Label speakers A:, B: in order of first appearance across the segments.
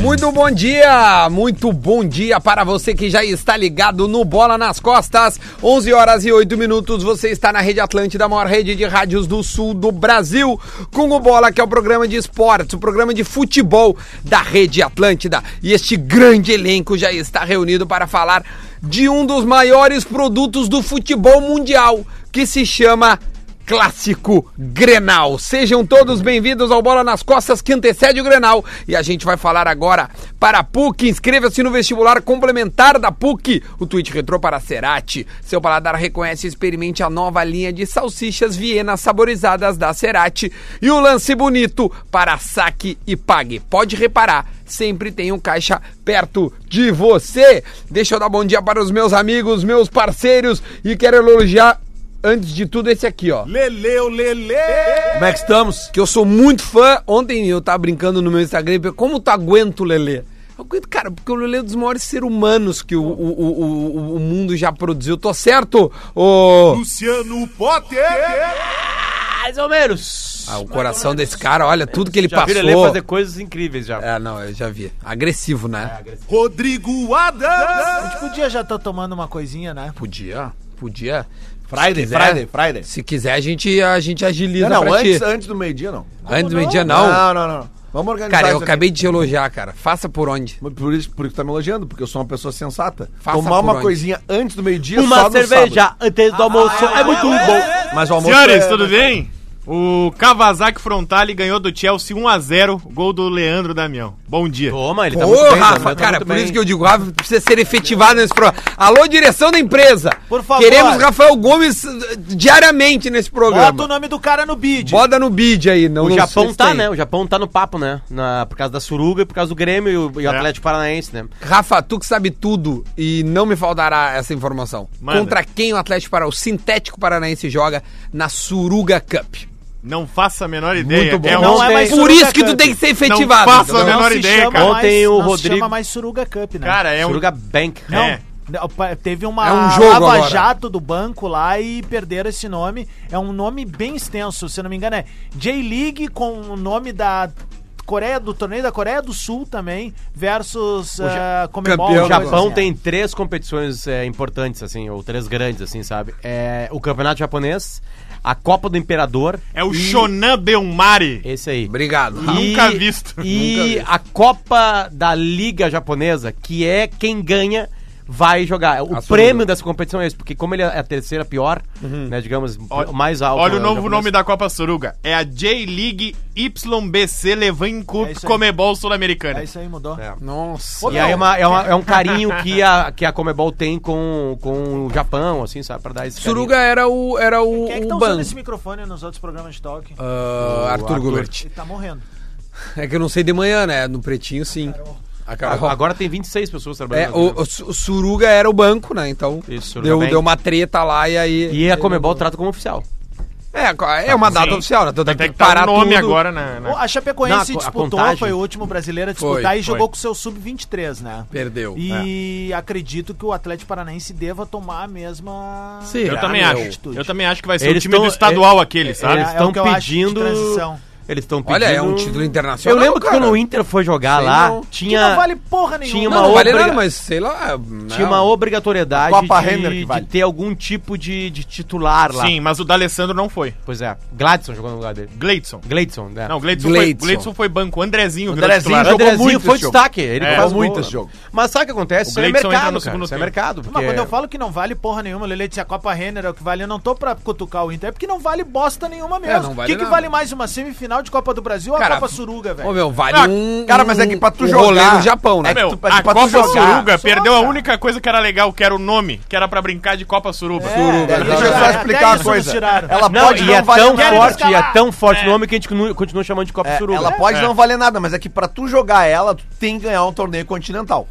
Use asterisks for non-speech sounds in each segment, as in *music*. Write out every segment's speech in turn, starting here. A: Muito bom dia, muito bom dia para você que já está ligado no Bola nas Costas. 11 horas e 8 minutos, você está na Rede Atlântida, a maior rede de rádios do sul do Brasil, com o Bola, que é o programa de esportes, o programa de futebol da Rede Atlântida. E este grande elenco já está reunido para falar de um dos maiores produtos do futebol mundial, que se chama Clássico Grenal. Sejam todos bem-vindos ao Bola nas Costas que antecede o Grenal. E a gente vai falar agora para a PUC. Inscreva-se no vestibular complementar da PUC. O tweet retrô para Cerati. Seu paladar reconhece e experimente a nova linha de salsichas vienas saborizadas da Cerati. E o lance bonito para saque e pague. Pode reparar, sempre tem um caixa perto de você. Deixa eu dar bom dia para os meus amigos, meus parceiros e quero elogiar antes de tudo esse aqui, ó.
B: Leleu, lele!
A: Como é que estamos? Que eu sou muito fã. Ontem eu tava brincando no meu Instagram, como tu aguenta o Lelê? Eu aguento, cara, porque o Lelê é um dos maiores seres humanos que o, o, o, o- o mundo já produziu. Tô certo? Ô.
B: Luciano Potter!
C: Mais ou menos.
A: Ah, o coração desse cara, olha, tudo que ele
C: já
A: passou.
C: viram ele fazer coisas incríveis já.
A: É, não, eu já vi. Agressivo,
D: É,
A: né?
B: Rodrigo Adams!
E: gente podia já estar tomando uma coisinha, né? é.
A: Podia, podia.
D: Friday,
A: quiser.
D: Friday, Friday.
A: Se quiser, a gente, a gente agiliza
D: Não, não,
A: pra
D: antes,
A: ti.
D: antes do meio-dia, não.
A: Antes do meio-dia, não.
D: Não, não, não. Vamos organizar
A: Cara, eu
D: isso aqui.
A: acabei de te elogiar, cara. Faça por onde?
D: Por isso, por isso que tá me elogiando, porque eu sou uma pessoa sensata.
A: Faça
D: Tomar
A: por
D: uma
A: onde?
D: coisinha antes do meio-dia só
C: Uma
D: no
C: cerveja antes do almoço
E: Ah,
C: é muito bom.
D: sábado. Mas o almoço
F: Senhores,
D: é-
F: tudo bem? O Kawasaki Frontale ganhou do Chelsea 1x0, gol do Leandro Damião. Bom dia.
C: Toma, ele
A: Ô,
C: muito bem,
A: Rafa,
C: Damião, tá
A: cara,
C: muito
A: por
C: bem.
A: isso que eu digo, Rafa precisa ser efetivado nesse programa. Alô, direção da empresa.
E: Por favor.
A: Queremos Rafael Gomes eh, diariamente nesse programa.
E: Bota o
A: Bota,
E: nome do cara no bid.
A: no bid aí. Não,
C: O
A: não sei
C: Japão
A: se
C: tá,
A: tem.
C: né? O Japão tá no papo, né? Na- por causa da suruga e por causa do Grêmio e o, e o
F: É.
C: Atlético Paranaense, né?
A: Rafa, tu que sabe tudo e não me faltará essa informação.
F: Manda.
A: Contra quem o Atlético Paranaense, o Sintético Paranaense joga na Suruga Cup.
F: Não faço a menor ideia.
A: Muito bom.
F: É
E: Não
F: ontem-
E: é mais
A: Por isso que tu
E: Cup.
A: tem que ser efetivado.
F: faça
A: entendeu?
F: a
C: né?
F: menor
E: se
F: ideia,
E: chama
F: cara.
E: mais-
C: Ontem o
E: não se
C: Rodrigo-
E: chama mais Suruga Cup, né?
F: Cara, é um...
C: Suruga Bank.
F: É.
C: Não.
E: Não, pa- Teve uma
A: É um jogo
E: Lava
A: agora.
E: Jato do banco lá e perderam esse nome. É um nome bem extenso, se eu não me engano. É J-League com o nome da Coreia, do torneio da Coreia do Sul também, versus uh, Comebol.
A: campeão
C: O
E: coisa
C: Japão
E: assim,
C: tem três competições é, importantes, assim, ou três grandes, assim, sabe? É o Campeonato Japonês, a Copa do Imperador.
F: É o Shonan Belmari.
C: Esse aí.
A: Obrigado. Rafa.
F: Nunca visto.
C: E
A: Nunca visto.
C: a Copa da Liga Japonesa, que é quem ganha vai jogar. O
A: Absurdo.
C: prêmio dessa competição é esse, porque como ele é a terceira pior,
A: Uhum.
C: né, digamos,
F: Olha-
C: mais alto.
F: Olha o
C: né,
F: novo
C: japonês.
F: nome da Copa Suruga. É a J-League YBC Levan Cup
E: É isso aí.
F: Comebol
E: É
F: Sul-Americana.
E: isso aí, mudou.
A: Nossa.
C: E aí é, uma- é uma- é um carinho que a, que a Comebol tem com, com o Japão, assim, sabe? Pra dar esse
A: Suruga era o, era o,
E: Quem é que tá
A: o
E: usando
A: banco.
E: esse microfone nos outros programas de talk?
A: Ah, Arthur Gubert.
E: Ele tá morrendo.
A: É que eu não sei de manhã, né? No pretinho, sim. A
C: carinho.
A: Carol.
C: A- Agora tem 26 pessoas trabalhando.
A: É,
C: na
A: o,
C: Comebol.
A: o Su- o Suruga era o banco, né? Então
C: Isso, Suruga
A: deu,
C: Bank.
A: deu uma treta lá e aí.
C: E a Comebol trata como oficial.
A: É, co- é uma data
F: Sim.
A: oficial, né? Então tem
F: Até
A: que,
F: que tá
A: parar
F: o nome
A: tudo.
F: agora na... na-
E: Bom, a Chapecoense
C: Não, a co- a
E: disputou,
C: contagem.
E: foi o último brasileiro a disputar
A: Foi,
F: foi.
E: e jogou com o seu sub-23, né?
A: Perdeu.
E: E acredito que o Atlético Paranaense deva tomar a mesma.
F: Eu também
A: meu?
F: acho.
E: Atitude.
F: Eu também acho que vai ser
C: Eles
F: o time
C: tão-
F: do estadual
C: é-
F: aquele,
C: é-
F: sabe?
C: eles
E: é o
C: estão
E: que eu acho de
C: pedindo.
E: transição.
C: Eles estão pedindo.
A: Olha, é um título
C: Eu
A: internacional.
C: lembro que
A: cara.
C: quando o Inter foi jogar
A: Sei
C: lá,
A: não.
E: Que
C: tinha.
E: não vale porra nenhuma.
C: tinha
A: Não,
C: uma
A: não vale
C: obra-
A: nada, mas sei lá.
C: Tinha
A: não.
C: uma obrigatoriedade
D: A Copa
C: de,
D: Renner que
C: de
D: vale.
C: ter algum tipo de, de titular lá.
F: Sim, mas o D'Alessandro não foi.
C: Pois é. Gladson jogou no lugar dele.
F: Gleidson.
C: Gleidson, né?
F: Não, Gleidson, foi-
A: Gleidson.
F: Gleidson foi banco. O Andrezinho, virou
D: Andrezinho
F: titular.
D: jogou
C: Andrezinho
D: muito
C: foi
D: esse jogo.
C: destaque. Ele
F: É,
C: faz
D: jogou
C: gol.
D: muito esse jogo.
C: Mas sabe o que acontece? Isso é
F: Gleidson entra
C: mercado,
F: no
C: cara.
F: segundo
C: Isso é
F: tempo.
C: mercado. Porque...
E: Mas quando eu falo que não vale porra nenhuma, Lele disse a Copa Renner é o que vale, eu não tô pra cutucar o Inter, é porque não vale bosta nenhuma mesmo.
A: É, não vale
E: o que, que
A: nada.
E: vale mais uma semifinal de Copa do Brasil ou a
A: Cara,
E: Copa Suruga, velho?
A: Ô, meu, vale
F: Ah,
A: um.
D: cara, mas é que pra tu
A: um
D: jogar-
A: rolê no Japão, né?
F: É, meu,
D: tu- pra-
F: a
D: pra tu
F: Copa
D: jogar.
F: Suruga
E: Só,
F: perdeu a
E: cara.
F: única coisa que era legal, que era o nome, que era pra brincar de Copa Suruba.
E: É,
D: Deixa eu
E: isso,
D: só
E: até isso
D: explicar
E: nos
D: uma coisa.
E: tiraram.
D: Ela
C: Não,
D: pode
C: e
D: não
C: é
D: valer
C: tão
D: nada.
C: forte, e é
E: escalar.
C: tão forte o
F: É.
C: nome que a gente continua, continua chamando de Copa
D: É,
C: Suruga.
D: ela pode
F: É.
D: não valer nada, mas é que pra tu jogar ela, tu tem que ganhar um torneio continental.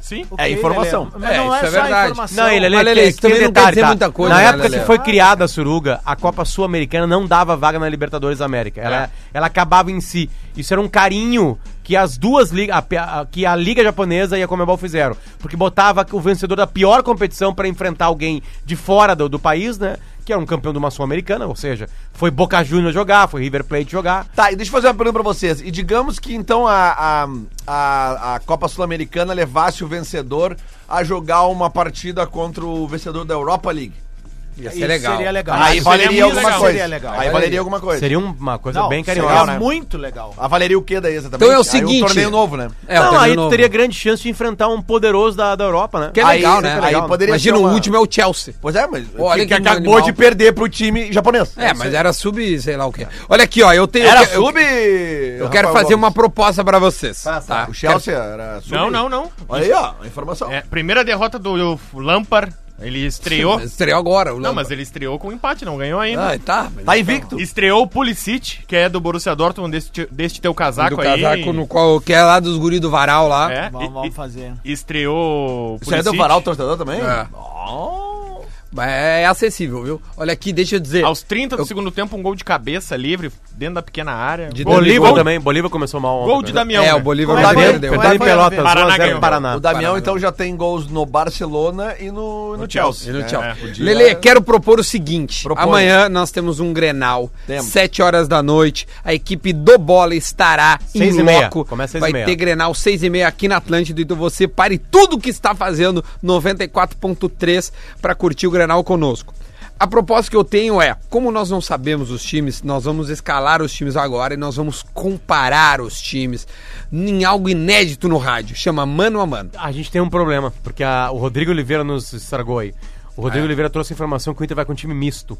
F: Sim.
E: Ok,
D: É informação.
E: Lelê, Mas
A: É,
E: não é,
A: isso é
E: só
A: verdade.
E: informação.
C: Não, ele, ele,
A: Mas, Lele,
C: tem-
A: isso também
C: tem
A: não quer dizer muita coisa,
C: tá? Na
A: né,
C: época
A: Lele?
C: que foi criada a Suruga, a Copa Sul-Americana não dava vaga na Libertadores da América. Ela,
F: É.
C: ela acabava em si. Isso era um carinho que as duas ligas, a, pe- a- que a Liga Japonesa e a Comebol fizeram. Porque botava o vencedor da pior competição pra enfrentar alguém de fora do, do país, né? Que era um campeão de uma Sul-Americana, ou seja, foi Boca Juniors jogar, foi River Plate jogar.
D: Tá, e deixa eu fazer uma pergunta pra vocês. E digamos que então a, a, a, a Copa Sul-Americana levasse o vencedor a jogar uma partida contra o vencedor da Europa League.
A: Ia ser
E: Isso
A: é legal.
E: Seria legal.
D: Aí
E: Ah, Isso
D: valeria
E: seria muito
D: alguma
E: legal.
D: coisa.
E: Seria legal.
D: Aí valeria alguma coisa.
C: Seria uma coisa
E: Não,
C: bem
E: seria
C: carioca. né?
E: muito legal.
D: A valeria o quê daí exatamente?
A: Então é o
D: Aí
A: seguinte-
D: um torneio novo, né?
A: É, o
C: não,
A: torneio
C: aí tu
A: novo.
C: teria grande chance de enfrentar um poderoso da, da Europa, né?
A: Que é
D: Aí-
A: legal, né?
D: aí poderia
A: Imagina,
D: ser
A: o
D: uma-
A: último é o Chelsea.
D: Pois é, mas
A: Olha
D: que, que
A: que
D: acabou
A: animal.
D: de perder pro time japonês.
A: É, mas era sub, sei lá o quê. Olha aqui, ó, eu tenho.
D: Era
A: eu, eu-
D: sub.
A: eu quero fazer uma proposta pra vocês. tá?
D: O Chelsea era sub.
F: Não, não, não.
D: Olha aí, ó, a informação.
F: É, primeira derrota do Lampard, ele estreou.
A: Mas Estreou agora o
F: Não, mas ele estreou com empate, não ganhou ainda.
A: Ah, tá. mas-
D: Tá invicto.
F: Estreou o Pulisic, que é do Borussia Dortmund, deste, deste teu
A: do
F: casaco um aí.
A: casaco no qual que é lá dos guri do varal lá.
F: É,
E: Vamos,
F: e-
E: vamos
F: e-
E: fazer.
F: Estreou o
D: Isso aí é do
F: Pulisic.
D: Varal, torcedor também?
A: É. Mas É acessível, viu? Olha aqui, deixa eu dizer.
F: Aos 30 do
A: Eu-
F: segundo tempo, um gol de cabeça livre, dentro da pequena área.
A: De
F: gol,
A: dentro do
C: Bolívar
A: gol.
C: também, Bolívar começou mal ontem.
F: gol de
A: É,
F: Damião.
A: o
F: né?
A: Bolívar
E: Como é que foi?
A: perdeu.
E: Como é
C: Perdeu
E: que
C: em
E: foi?
C: Pelotas,
F: Paraná
C: 1x0
F: ganhou.
D: O
C: Paraná.
D: Damião,
A: Paraná.
D: então, já tem gols no Barcelona e no, e no Chelsea.
A: E no
D: né?
A: tchau.
F: É,
D: podia-
A: Lele, quero propor o seguinte:
D: Propõe.
A: amanhã nós temos um Grenal,
D: Temos.
A: 7 horas da noite. A equipe do Bola estará
C: Seis
A: em
C: e meia.
A: loco.
C: Começa seis e
A: Vai
C: meia.
A: ter Grenal 6 e meia aqui na Atlântida. Então você pare tudo que está fazendo 94.3 para curtir o Grenal conosco. A proposta que eu tenho é, como nós não sabemos os times, nós vamos escalar os times agora e nós vamos comparar os times em algo inédito no rádio, chama mano a mano.
C: A gente tem um problema, porque a- o Rodrigo Oliveira nos estragou aí. O Rodrigo Oliveira trouxe a informação que o Inter vai com um time misto.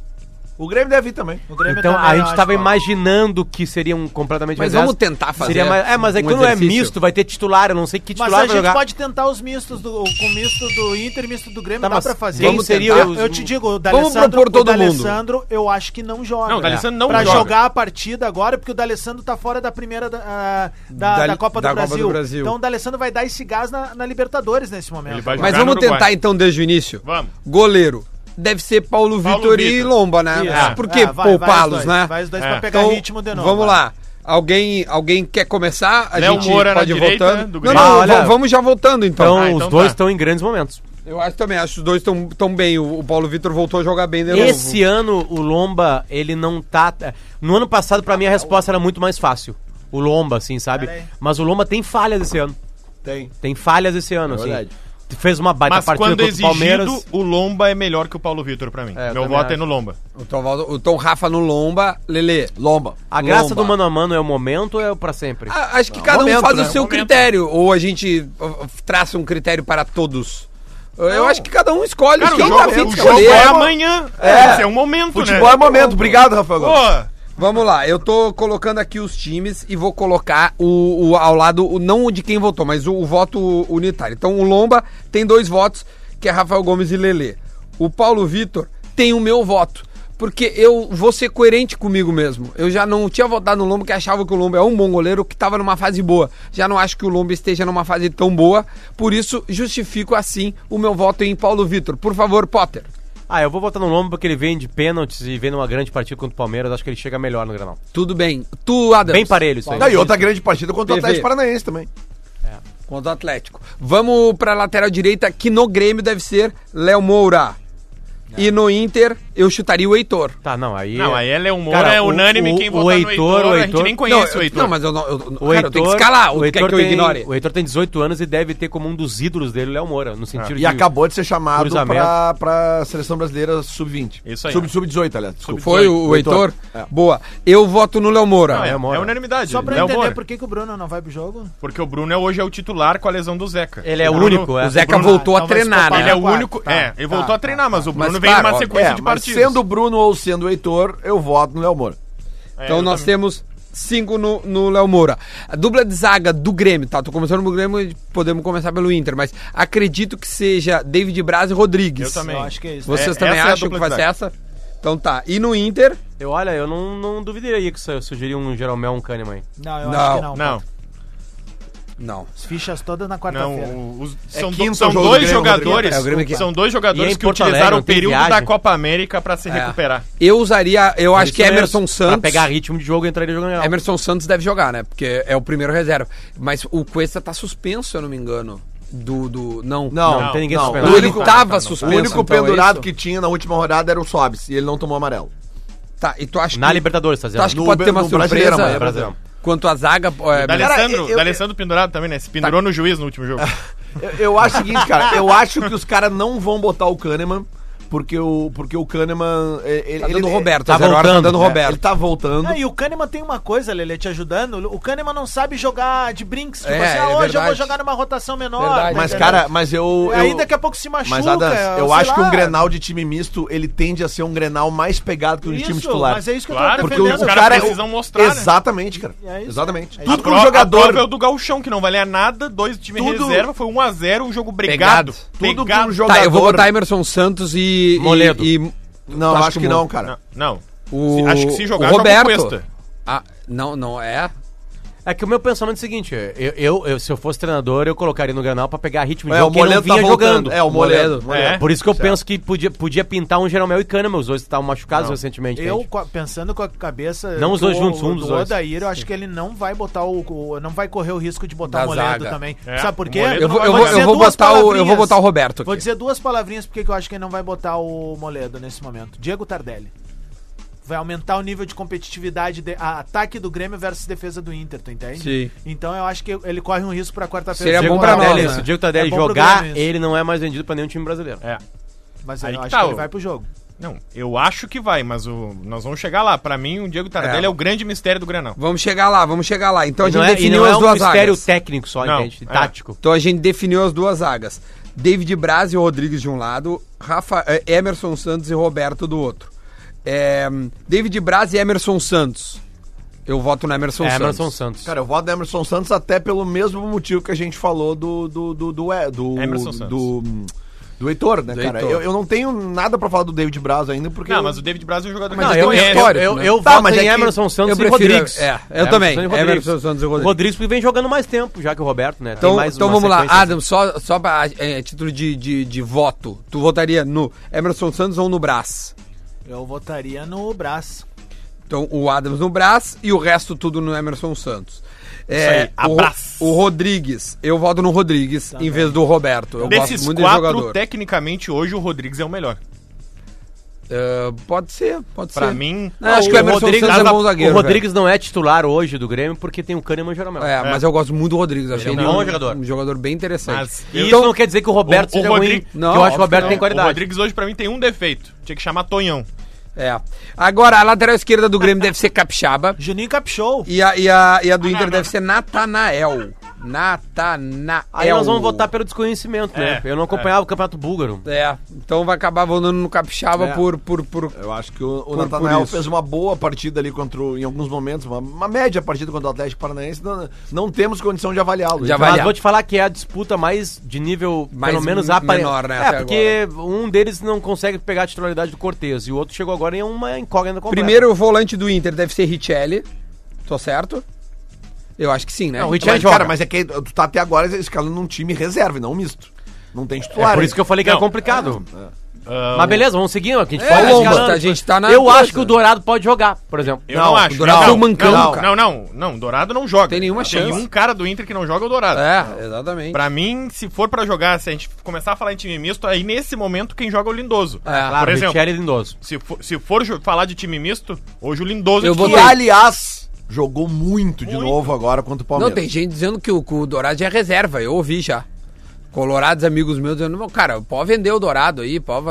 D: O Grêmio deve ir também.
E: O Grêmio
C: Então
E: também,
C: a
E: eu
C: gente
E: acho,
C: tava
E: Paulo.
C: imaginando que seria um completamente
A: Mas
C: mais
A: vamos
C: dessa.
A: tentar fazer
C: Seria mais- É, mas aí
A: um
C: quando é
A: exercício.
C: misto, vai ter titular, eu não sei que
E: Mas
C: titular
E: a
C: vai
E: gente
C: jogar.
E: pode tentar os mistos do, com o misto do Inter, misto do Grêmio,
C: Tá,
E: dá
C: mas
E: pra fazer.
C: quem
E: Vamos
C: seria
E: tentar.
C: os-
E: Eu te digo, o
A: Vamos
E: D'Alessandro,
A: propor todo
E: o
A: mundo.
E: D'Alessandro, eu acho que não joga.
F: Não, o D'Alessandro não
E: pra
F: joga.
E: jogar a partida agora, porque o D'Alessandro tá fora da primeira da, ah, da,
A: Da-
E: da Copa, do,
A: da Copa
E: Brasil.
A: do Brasil.
E: Então o D'Alessandro vai dar esse gás na, na Libertadores nesse momento.
F: Ele vai
A: Mas
F: jogar
A: vamos
F: no Uruguai.
A: tentar então desde o início?
F: Vamos.
A: Goleiro. Deve ser Paulo,
F: Paulo
A: Vitor e
F: Vitor.
A: Lomba, né?
E: Isso.
A: Por que
E: É, vai- vai os
A: poupá-los,
E: dois,
A: né?
E: Vai os dois
F: É.
E: pra pegar
A: Então,
E: ritmo de novo.
A: vamos
E: vai.
A: lá. Alguém, alguém quer começar? A
F: Léo
A: gente
F: Moura na
A: pode ir
F: direita,
A: voltando.
F: né, do
A: não,
F: Grêmio.
A: não,
C: Ah, olha-
A: v- vamos já voltando então.
C: Então,
F: Ah, então
C: os dois
F: tá.
C: estão em grandes momentos.
A: Eu acho também, acho que os dois estão tão bem. O, o Paulo Vitor voltou a jogar bem de novo.
C: Esse ano, o Lomba, ele não tá. No ano passado, pra mim, a resposta era muito mais fácil. O Lomba, assim, sabe?
E: Pera aí.
C: Mas o Lomba tem falhas esse ano.
D: Tem.
C: Tem falhas esse
A: É
C: ano, assim.
D: verdade.
C: Fez uma baita
F: Mas
C: partida
F: quando é
C: contra o Palmeiras.
F: exigido, o Lomba é melhor que o Paulo Vitor pra mim.
C: É,
F: Meu
C: eu também
F: voto é
C: acho.
F: no Lomba.
A: O Tom, Valdo- o Tom Rafa no Lomba, Lele.
D: Lomba.
C: A graça
A: Lomba.
C: do mano a mano é o momento ou é o pra sempre?
F: Ah.
A: A- acho que cada
D: momento,
A: um faz
D: né?
A: o seu
F: Momento.
A: critério. Ou a gente uh, traça um critério para todos. Eu acho que cada um escolhe
F: Cara, o
A: quem
F: jogo,
A: tá afim
F: o
A: de
F: jogo
A: escolher.
F: é amanhã. É. Esse é um momento,
D: Futebol é
F: né?
D: momento. Obrigado, Rafael Gomes.
F: Pô,
A: Vamos lá, eu tô colocando aqui os times e vou colocar o, o- ao lado, o, não o de quem votou, mas o, o voto unitário. Então o Lomba tem dois votos, que é Rafael Gomes e Lelê. O Paulo Vitor tem o meu voto. Porque eu vou ser coerente comigo mesmo. Eu já não tinha votado no Lomba, que achava que o Lomba é um bom goleiro, que estava numa fase boa. Já não acho que o Lomba esteja numa fase tão boa. Por isso, justifico assim o meu voto em Paulo Vitor. Por favor, Potter.
C: Ah, eu vou votar no Lomba porque ele vem de pênaltis e vem numa grande partida contra o Palmeiras. Acho que ele chega melhor no Granal.
A: Tudo bem. Tu, Adams.
C: Bem parelho isso aí.
D: Tá, e outra grande partida contra o
A: PV.
D: Atlético Paranaense também.
A: Contra o Atlético. Vamos pra lateral direita, que no Grêmio deve ser Léo Moura. E
E: É.
A: no Inter, eu chutaria o Heitor.
C: Tá, não, aí...
F: não, aí é Léo Moura,
C: Cara,
F: é
C: o-
F: unânime
C: o-
F: quem
C: o
F: votar no
C: Heitor, o
F: a gente
C: Heitor-
F: nem conhece
A: não,
F: o
A: eu-
F: Heitor.
A: Não, mas eu não. Eu, o
C: O
A: cara, eu tenho que escalar. O, que quer que eu
C: tem-
A: ignore?
C: O Heitor tem 18 anos e deve ter como um dos ídolos dele o Léo Moura, no
A: Ah.
C: sentido de...
D: E acabou de ser chamado
C: Cruzamento.
D: pra, pra seleção brasileira sub-20.
F: Isso aí.
D: Sub- Sub-18, aliás. desculpa.
A: Foi o, o Heitor? Boa. Eu voto no Léo Moura.
F: É. Não, é,
C: Léo Moura.
F: é unanimidade.
E: Só pra
F: Léo
E: entender
F: Moura.
E: por que, que o Bruno não vai pro jogo.
F: Porque o Bruno é- hoje é o titular com a lesão do Zeca.
C: Ele é o
F: Bruno-
C: único, é.
A: o Zeca
E: Bruno-
A: voltou a
E: então vai se
A: treinar,
E: poupar.
A: né?
F: Ele é o
E: Claro,
F: único.
E: tá,
F: é, ele
E: tá,
F: voltou a treinar, mas o Bruno
A: Mas,
F: vem
A: claro,
F: numa
A: ó,
F: sequência
D: É,
F: de
D: mas
F: partidas.
D: sendo o Bruno ou sendo o Heitor, eu voto no Léo Moura.
A: Então
F: é, eu
A: nós
F: também.
A: temos cinco no, no Léo Moura. A dupla de zaga do Grêmio, tá? Tô começando pelo Grêmio e podemos começar pelo Inter, mas acredito que seja David Braz e Rodrigues.
F: Eu também.
E: Eu acho que é isso.
A: Vocês
F: É,
A: também
F: essa é a
A: acham que
F: dupla
A: vai
F: de
A: ser
F: zaga.
A: essa? Então tá. E no Inter.
C: Eu, olha, eu não, não duvidaria que eu sugeriria um Jeromel, um Kahneman aí.
E: Não, eu
A: Não,
E: acho que não.
F: Não.
A: Não.
E: As fichas todas na
F: Não,
E: quarta-feira.
F: o- os-
D: É
F: são, do-
D: quinta
F: são
D: o jogo do
F: dois
D: Grêmio,
F: jogadores.
A: Rodrigo. É, o Grêmio que-
F: São dois
C: E é
F: jogadores
C: em
F: que
C: Porto Alegre,
F: utilizaram
C: não
F: o
C: tem
F: período
C: viagem.
F: da Copa América pra se
A: É.
F: recuperar.
A: Eu usaria, eu acho
C: Isso é
A: que
C: mesmo.
A: Emerson Santos.
C: Pra pegar ritmo de jogo e entrar jogando geral.
A: Emerson Santos deve jogar, né? Porque é o primeiro reserva. Mas o Cuesta tá suspenso, se eu não me engano. Do. do não.
D: Não,
C: Não, tem ninguém
D: não.
C: suspenso.
A: Do- ele
D: O único-
A: tava
D: O
A: suspenso.
D: único
A: então, é
D: pendurado
A: isso?
D: que tinha na última rodada era o Sobs e ele não tomou amarelo.
A: Tá, e tu acha
C: Na
A: que.
C: Libertadores, tá
A: Tu acha que
D: No
A: pode ter uma
D: Be- no Brasileiro,
A: surpresa
D: amanhã,
C: Brasil.
A: quanto à zaga? é,
F: Da
D: eu-
F: Alessandro,
D: eu-
F: pendurado também, né? Se pendurou no juiz no último jogo.
D: Eu, eu acho o seguinte, cara. Eu acho que os caras não vão botar o Kahneman. Porque o, porque o Kahneman. é, Ele,
A: Tá
D: ele-
A: dando Roberto,
C: tá
A: a zero hora
C: voltando,
A: dando
D: é,
A: Roberto.
D: Ele tá voltando.
E: Ah, e o Kahneman tem uma coisa, Lele, te ajudando. O Kahneman não sabe jogar de brinks. Tipo
A: É,
E: assim, ah,
A: é
E: hoje eu vou
A: verdade.
E: jogar numa rotação menor.
A: Verdade.
D: Mas,
A: Entendeu?
D: cara, mas eu. eu-
E: Aí daqui a pouco se machuca.
D: Mas, Adams, eu
E: sei
D: acho que
E: lá.
D: um Grenal de time misto, ele tende a ser um Grenal mais pegado que o de
E: Isso,
D: time titular.
E: Mas é isso que eu
F: Claro,
E: tô
D: Porque
E: defendendo.
D: o,
F: Os
D: o
F: caras
D: cara...
F: precisam mostrar, né?
D: Exatamente, cara.
E: É isso.
D: Exatamente.
E: É isso.
D: Tudo
F: A
D: que
F: pro-
D: um
F: A
D: jogador...
F: prova é o do Galchão, que não valia nada. Dois times
D: Tudo-
F: reserva. Foi 1x0, um jogo
A: Pegado.
F: brigado.
D: Tudo que um jogador...
A: Tá, eu vou botar Emerson Santos e. e-
C: Moledo.
A: E,
D: Não,
A: Tu
D: acho
A: acha
D: que
A: que
D: não,
A: mo-
D: cara.
F: Não, não.
A: o,
F: Se- acho que se jogar,
A: o
F: joga o
A: Roberto.
F: Cuesta.
A: Ah, não, não é.
C: É que o meu pensamento é o seguinte, eu, eu- eu- se eu fosse treinador, eu colocaria no Granal pra pegar ritmo de
D: É, o
C: jogo que ele não
D: Moledo
C: vinha
D: tá
C: jogando.
D: voltando. É, o Moledo.
A: Moledo.
D: Moledo.
F: É.
C: Por isso que eu penso que podia, podia pintar um Jeromel e Kahneman, os dois que estavam machucados recentemente.
E: Eu,
C: gente.
E: co- pensando com a cabeça.
C: Não os
E: do-
C: dois juntos, um dos
E: do
C: dois.
E: Odair, eu acho que ele não vai botar o. o- não vai correr o risco de botar
A: Da
E: o Moledo
A: zaga.
E: também.
F: É,
E: Sabe por quê?
F: o Moledo
A: Eu
F: não
A: vou,
F: vai
A: eu vou,
F: jogar.
A: eu vou
E: duas
A: botar o, eu
E: palavrinhas.
A: vou botar o Roberto.
E: Vou
A: aqui.
E: dizer duas palavrinhas porque que eu acho que ele não vai botar o Moledo nesse momento. Diego Tardelli. Vai aumentar o nível de competitividade, de, a- ataque do Grêmio versus defesa do Inter, tu entende?
A: Sim.
E: Então eu acho que ele corre um risco pra quarta-feira.
A: Seria
E: de
A: bom
C: Diego
A: pra
E: jogar.
A: nós,
C: Tardelli,
A: né?
C: se o Diego Tardelli
E: É bom pro
C: jogar,
E: Grêmio isso.
C: ele não é mais vendido pra nenhum time brasileiro.
F: É.
E: Mas
F: Aí
E: eu
F: que
E: acho
F: tá,
E: que ele
F: o-
E: vai pro jogo.
F: Não, eu acho que vai, mas o, nós vamos chegar lá. Pra mim, o Diego Tardelli
A: É.
F: é, o grande mistério do Granal.
A: Vamos chegar lá, vamos chegar lá. Então a
C: E
A: gente
C: não é, e
A: definiu
C: não é
A: as
C: um
A: duas
C: mistério
A: zagas.
C: técnico só,
F: Não,
C: entende?
F: é.
C: Tático.
A: Então a gente definiu as duas zagas. David Braz e Rodrigues de um lado, Rafa, eh, Emerson Santos e Roberto do outro. É, David Braz e Emerson Santos. Eu voto no Emerson,
C: É,
A: Santos.
C: Emerson Santos.
D: Cara, eu voto no Emerson Santos até pelo mesmo motivo que a gente falou do. do, do, do, é, do
F: Emerson Santos.
D: Do, do Heitor, né,
A: Do
D: cara?
A: Heitor.
D: Eu, eu não tenho nada pra falar do David Braz ainda, porque.
F: Não, mas o David Braz é um jogador
A: Mas
C: Não,
F: que
A: então
C: eu,
A: é
C: eu,
A: histórico,
C: eu,
A: né?
C: eu
D: Tá,
C: voto
D: mas é
C: em
D: que
C: Emerson Santos
A: eu
C: e
A: prefiro-
C: Rodrigues.
A: é, eu
C: Emerson
A: também,
C: e Rodrigues.
A: Emerson Santos e Rodrigues.
C: Rodrigues porque vem jogando mais tempo já que o Roberto, né?
A: Então, então vamos lá,
C: Adam.
A: Adam, só, só pra, eh, título de, de, de voto. Tu votaria no Emerson Santos ou no Braz?
E: Eu votaria no Brás.
A: Então, o Adams no Brás e o resto tudo no Emerson Santos. É,
F: aí, abraço.
A: O, o Rodrigues, eu voto no Rodrigues em vez do Roberto. Eu
F: Desses
A: gosto muito desse
F: quatro,
A: jogador.
F: tecnicamente, hoje o Rodrigues é o melhor.
A: Ah, pode ser, pode
F: Pra
A: ser.
F: mim,
A: Não, acho que o Emerson
C: Rodrigues-
A: Santos é
C: Nada-
A: bom zagueiro.
C: o Rodrigues não é titular hoje do Grêmio porque tem o Kahneman e o Jeromel.
A: velho. É, mas eu gosto muito do Rodrigues. Achei
C: é um
A: ele
C: bom jogador.
A: um jogador bem interessante.
F: Mas
C: E
A: então,
C: isso não quer dizer que o Roberto
F: O- o
C: seja
F: Rodrigue-
C: ruim.
A: Não,
C: que eu acho que o Roberto
A: óbvio que
C: tem
F: o
C: qualidade.
F: Rodrigues hoje, pra mim, tem um defeito. Tinha que chamar Tonhão.
A: é. Agora, a lateral esquerda do Grêmio deve ser Capixaba.
E: Juninho Capshow.
A: E a, e a, e a do Inter deve ser Natanael. Natanael.
C: Aí nós vamos votar pelo desconhecimento, né?
F: É,
C: eu não acompanhava o Campeonato Búlgaro.
A: É, então vai acabar votando no Capixaba
D: É.
A: por, por, por
D: Eu acho que o, o
A: Por- por
D: Natanael
A: isso.
D: fez uma boa partida ali contra o, em alguns momentos, uma, uma média partida contra o Atlético Paranaense. Não, não temos condição de avaliá-lo.
A: De
D: Então,
A: avaliar.
C: Mas vou te falar que é a disputa mais de nível,
A: Mais
C: pelo menos
A: m-
C: apare-
A: menor, né,
C: É,
A: até
C: porque um deles não consegue pegar a titularidade do Cortez e o outro chegou agora em uma incógnita completa.
A: Primeiro volante do Inter deve ser Richelli. Tô certo? Eu acho que sim, né?
C: Não, o Richelli
D: mas,
C: joga.
D: cara, mas é que tu tá até agora escalando um time reserva e não misto. Não tem
C: É
D: titular.
C: por isso que eu falei que
F: Não.
C: era complicado.
F: Ah,
C: Mas beleza, vamos seguindo. A gente
A: É,
C: fala
A: Lomba,
C: escalando,
A: tá, a gente tá na
C: Eu
A: coisa.
C: acho que o Dourado pode jogar, por exemplo.
F: Eu
D: Não,
F: não,
D: o
F: acho.
A: Dourado é
F: não,
A: o mancão,
F: não,
A: cara.
F: não, não, não, o Dourado não joga.
A: Tem nenhuma chance.
F: Tem um cara do Inter que não joga é o Dourado.
A: É, exatamente.
F: Pra mim, se for pra jogar, se a gente começar a falar em time misto, aí nesse momento quem joga é o Lindoso.
A: claro,
F: Por exemplo,
C: Richelli e Lindoso.
F: se for, se for jo- falar de time misto, hoje o Lindoso
A: Eu
F: é
A: vou-
D: Que,
F: titular.
D: aliás, jogou muito de
F: Muito.
D: novo agora contra o
A: Não,
D: Palmeiras.
A: tem gente dizendo que o, que o Dourado já é reserva. Eu ouvi já. Colorados amigos meus dizendo, "Não, cara, pode vender o Dourado aí, pode...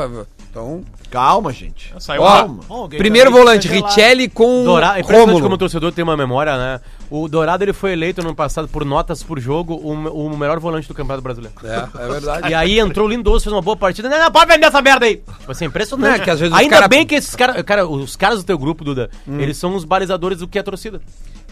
A: Então...
D: Calma, gente.
C: É
F: Saiu
A: Ó,
F: lá.
C: tá
E: Bom, alguém
A: primeiro
E: também
A: volante,
E: precisa de
A: Richelli com
C: Dourado, é impressionante como o
A: Rômulo.
C: torcedor tem uma memória, né? O Dourado ele foi eleito no ano passado por notas por jogo o, me- o melhor volante do Campeonato Brasileiro.
A: É, é verdade.
C: *laughs* E aí entrou o Lindoso, fez uma boa partida. Não, não, pode vender essa merda aí. Vai ser impressionante.
A: Não, é que às vezes os
C: Ainda
A: cara- Hum.
C: bem que esses caras. Cara, os caras do teu grupo, Duda, eles são os balizadores do que é a torcida.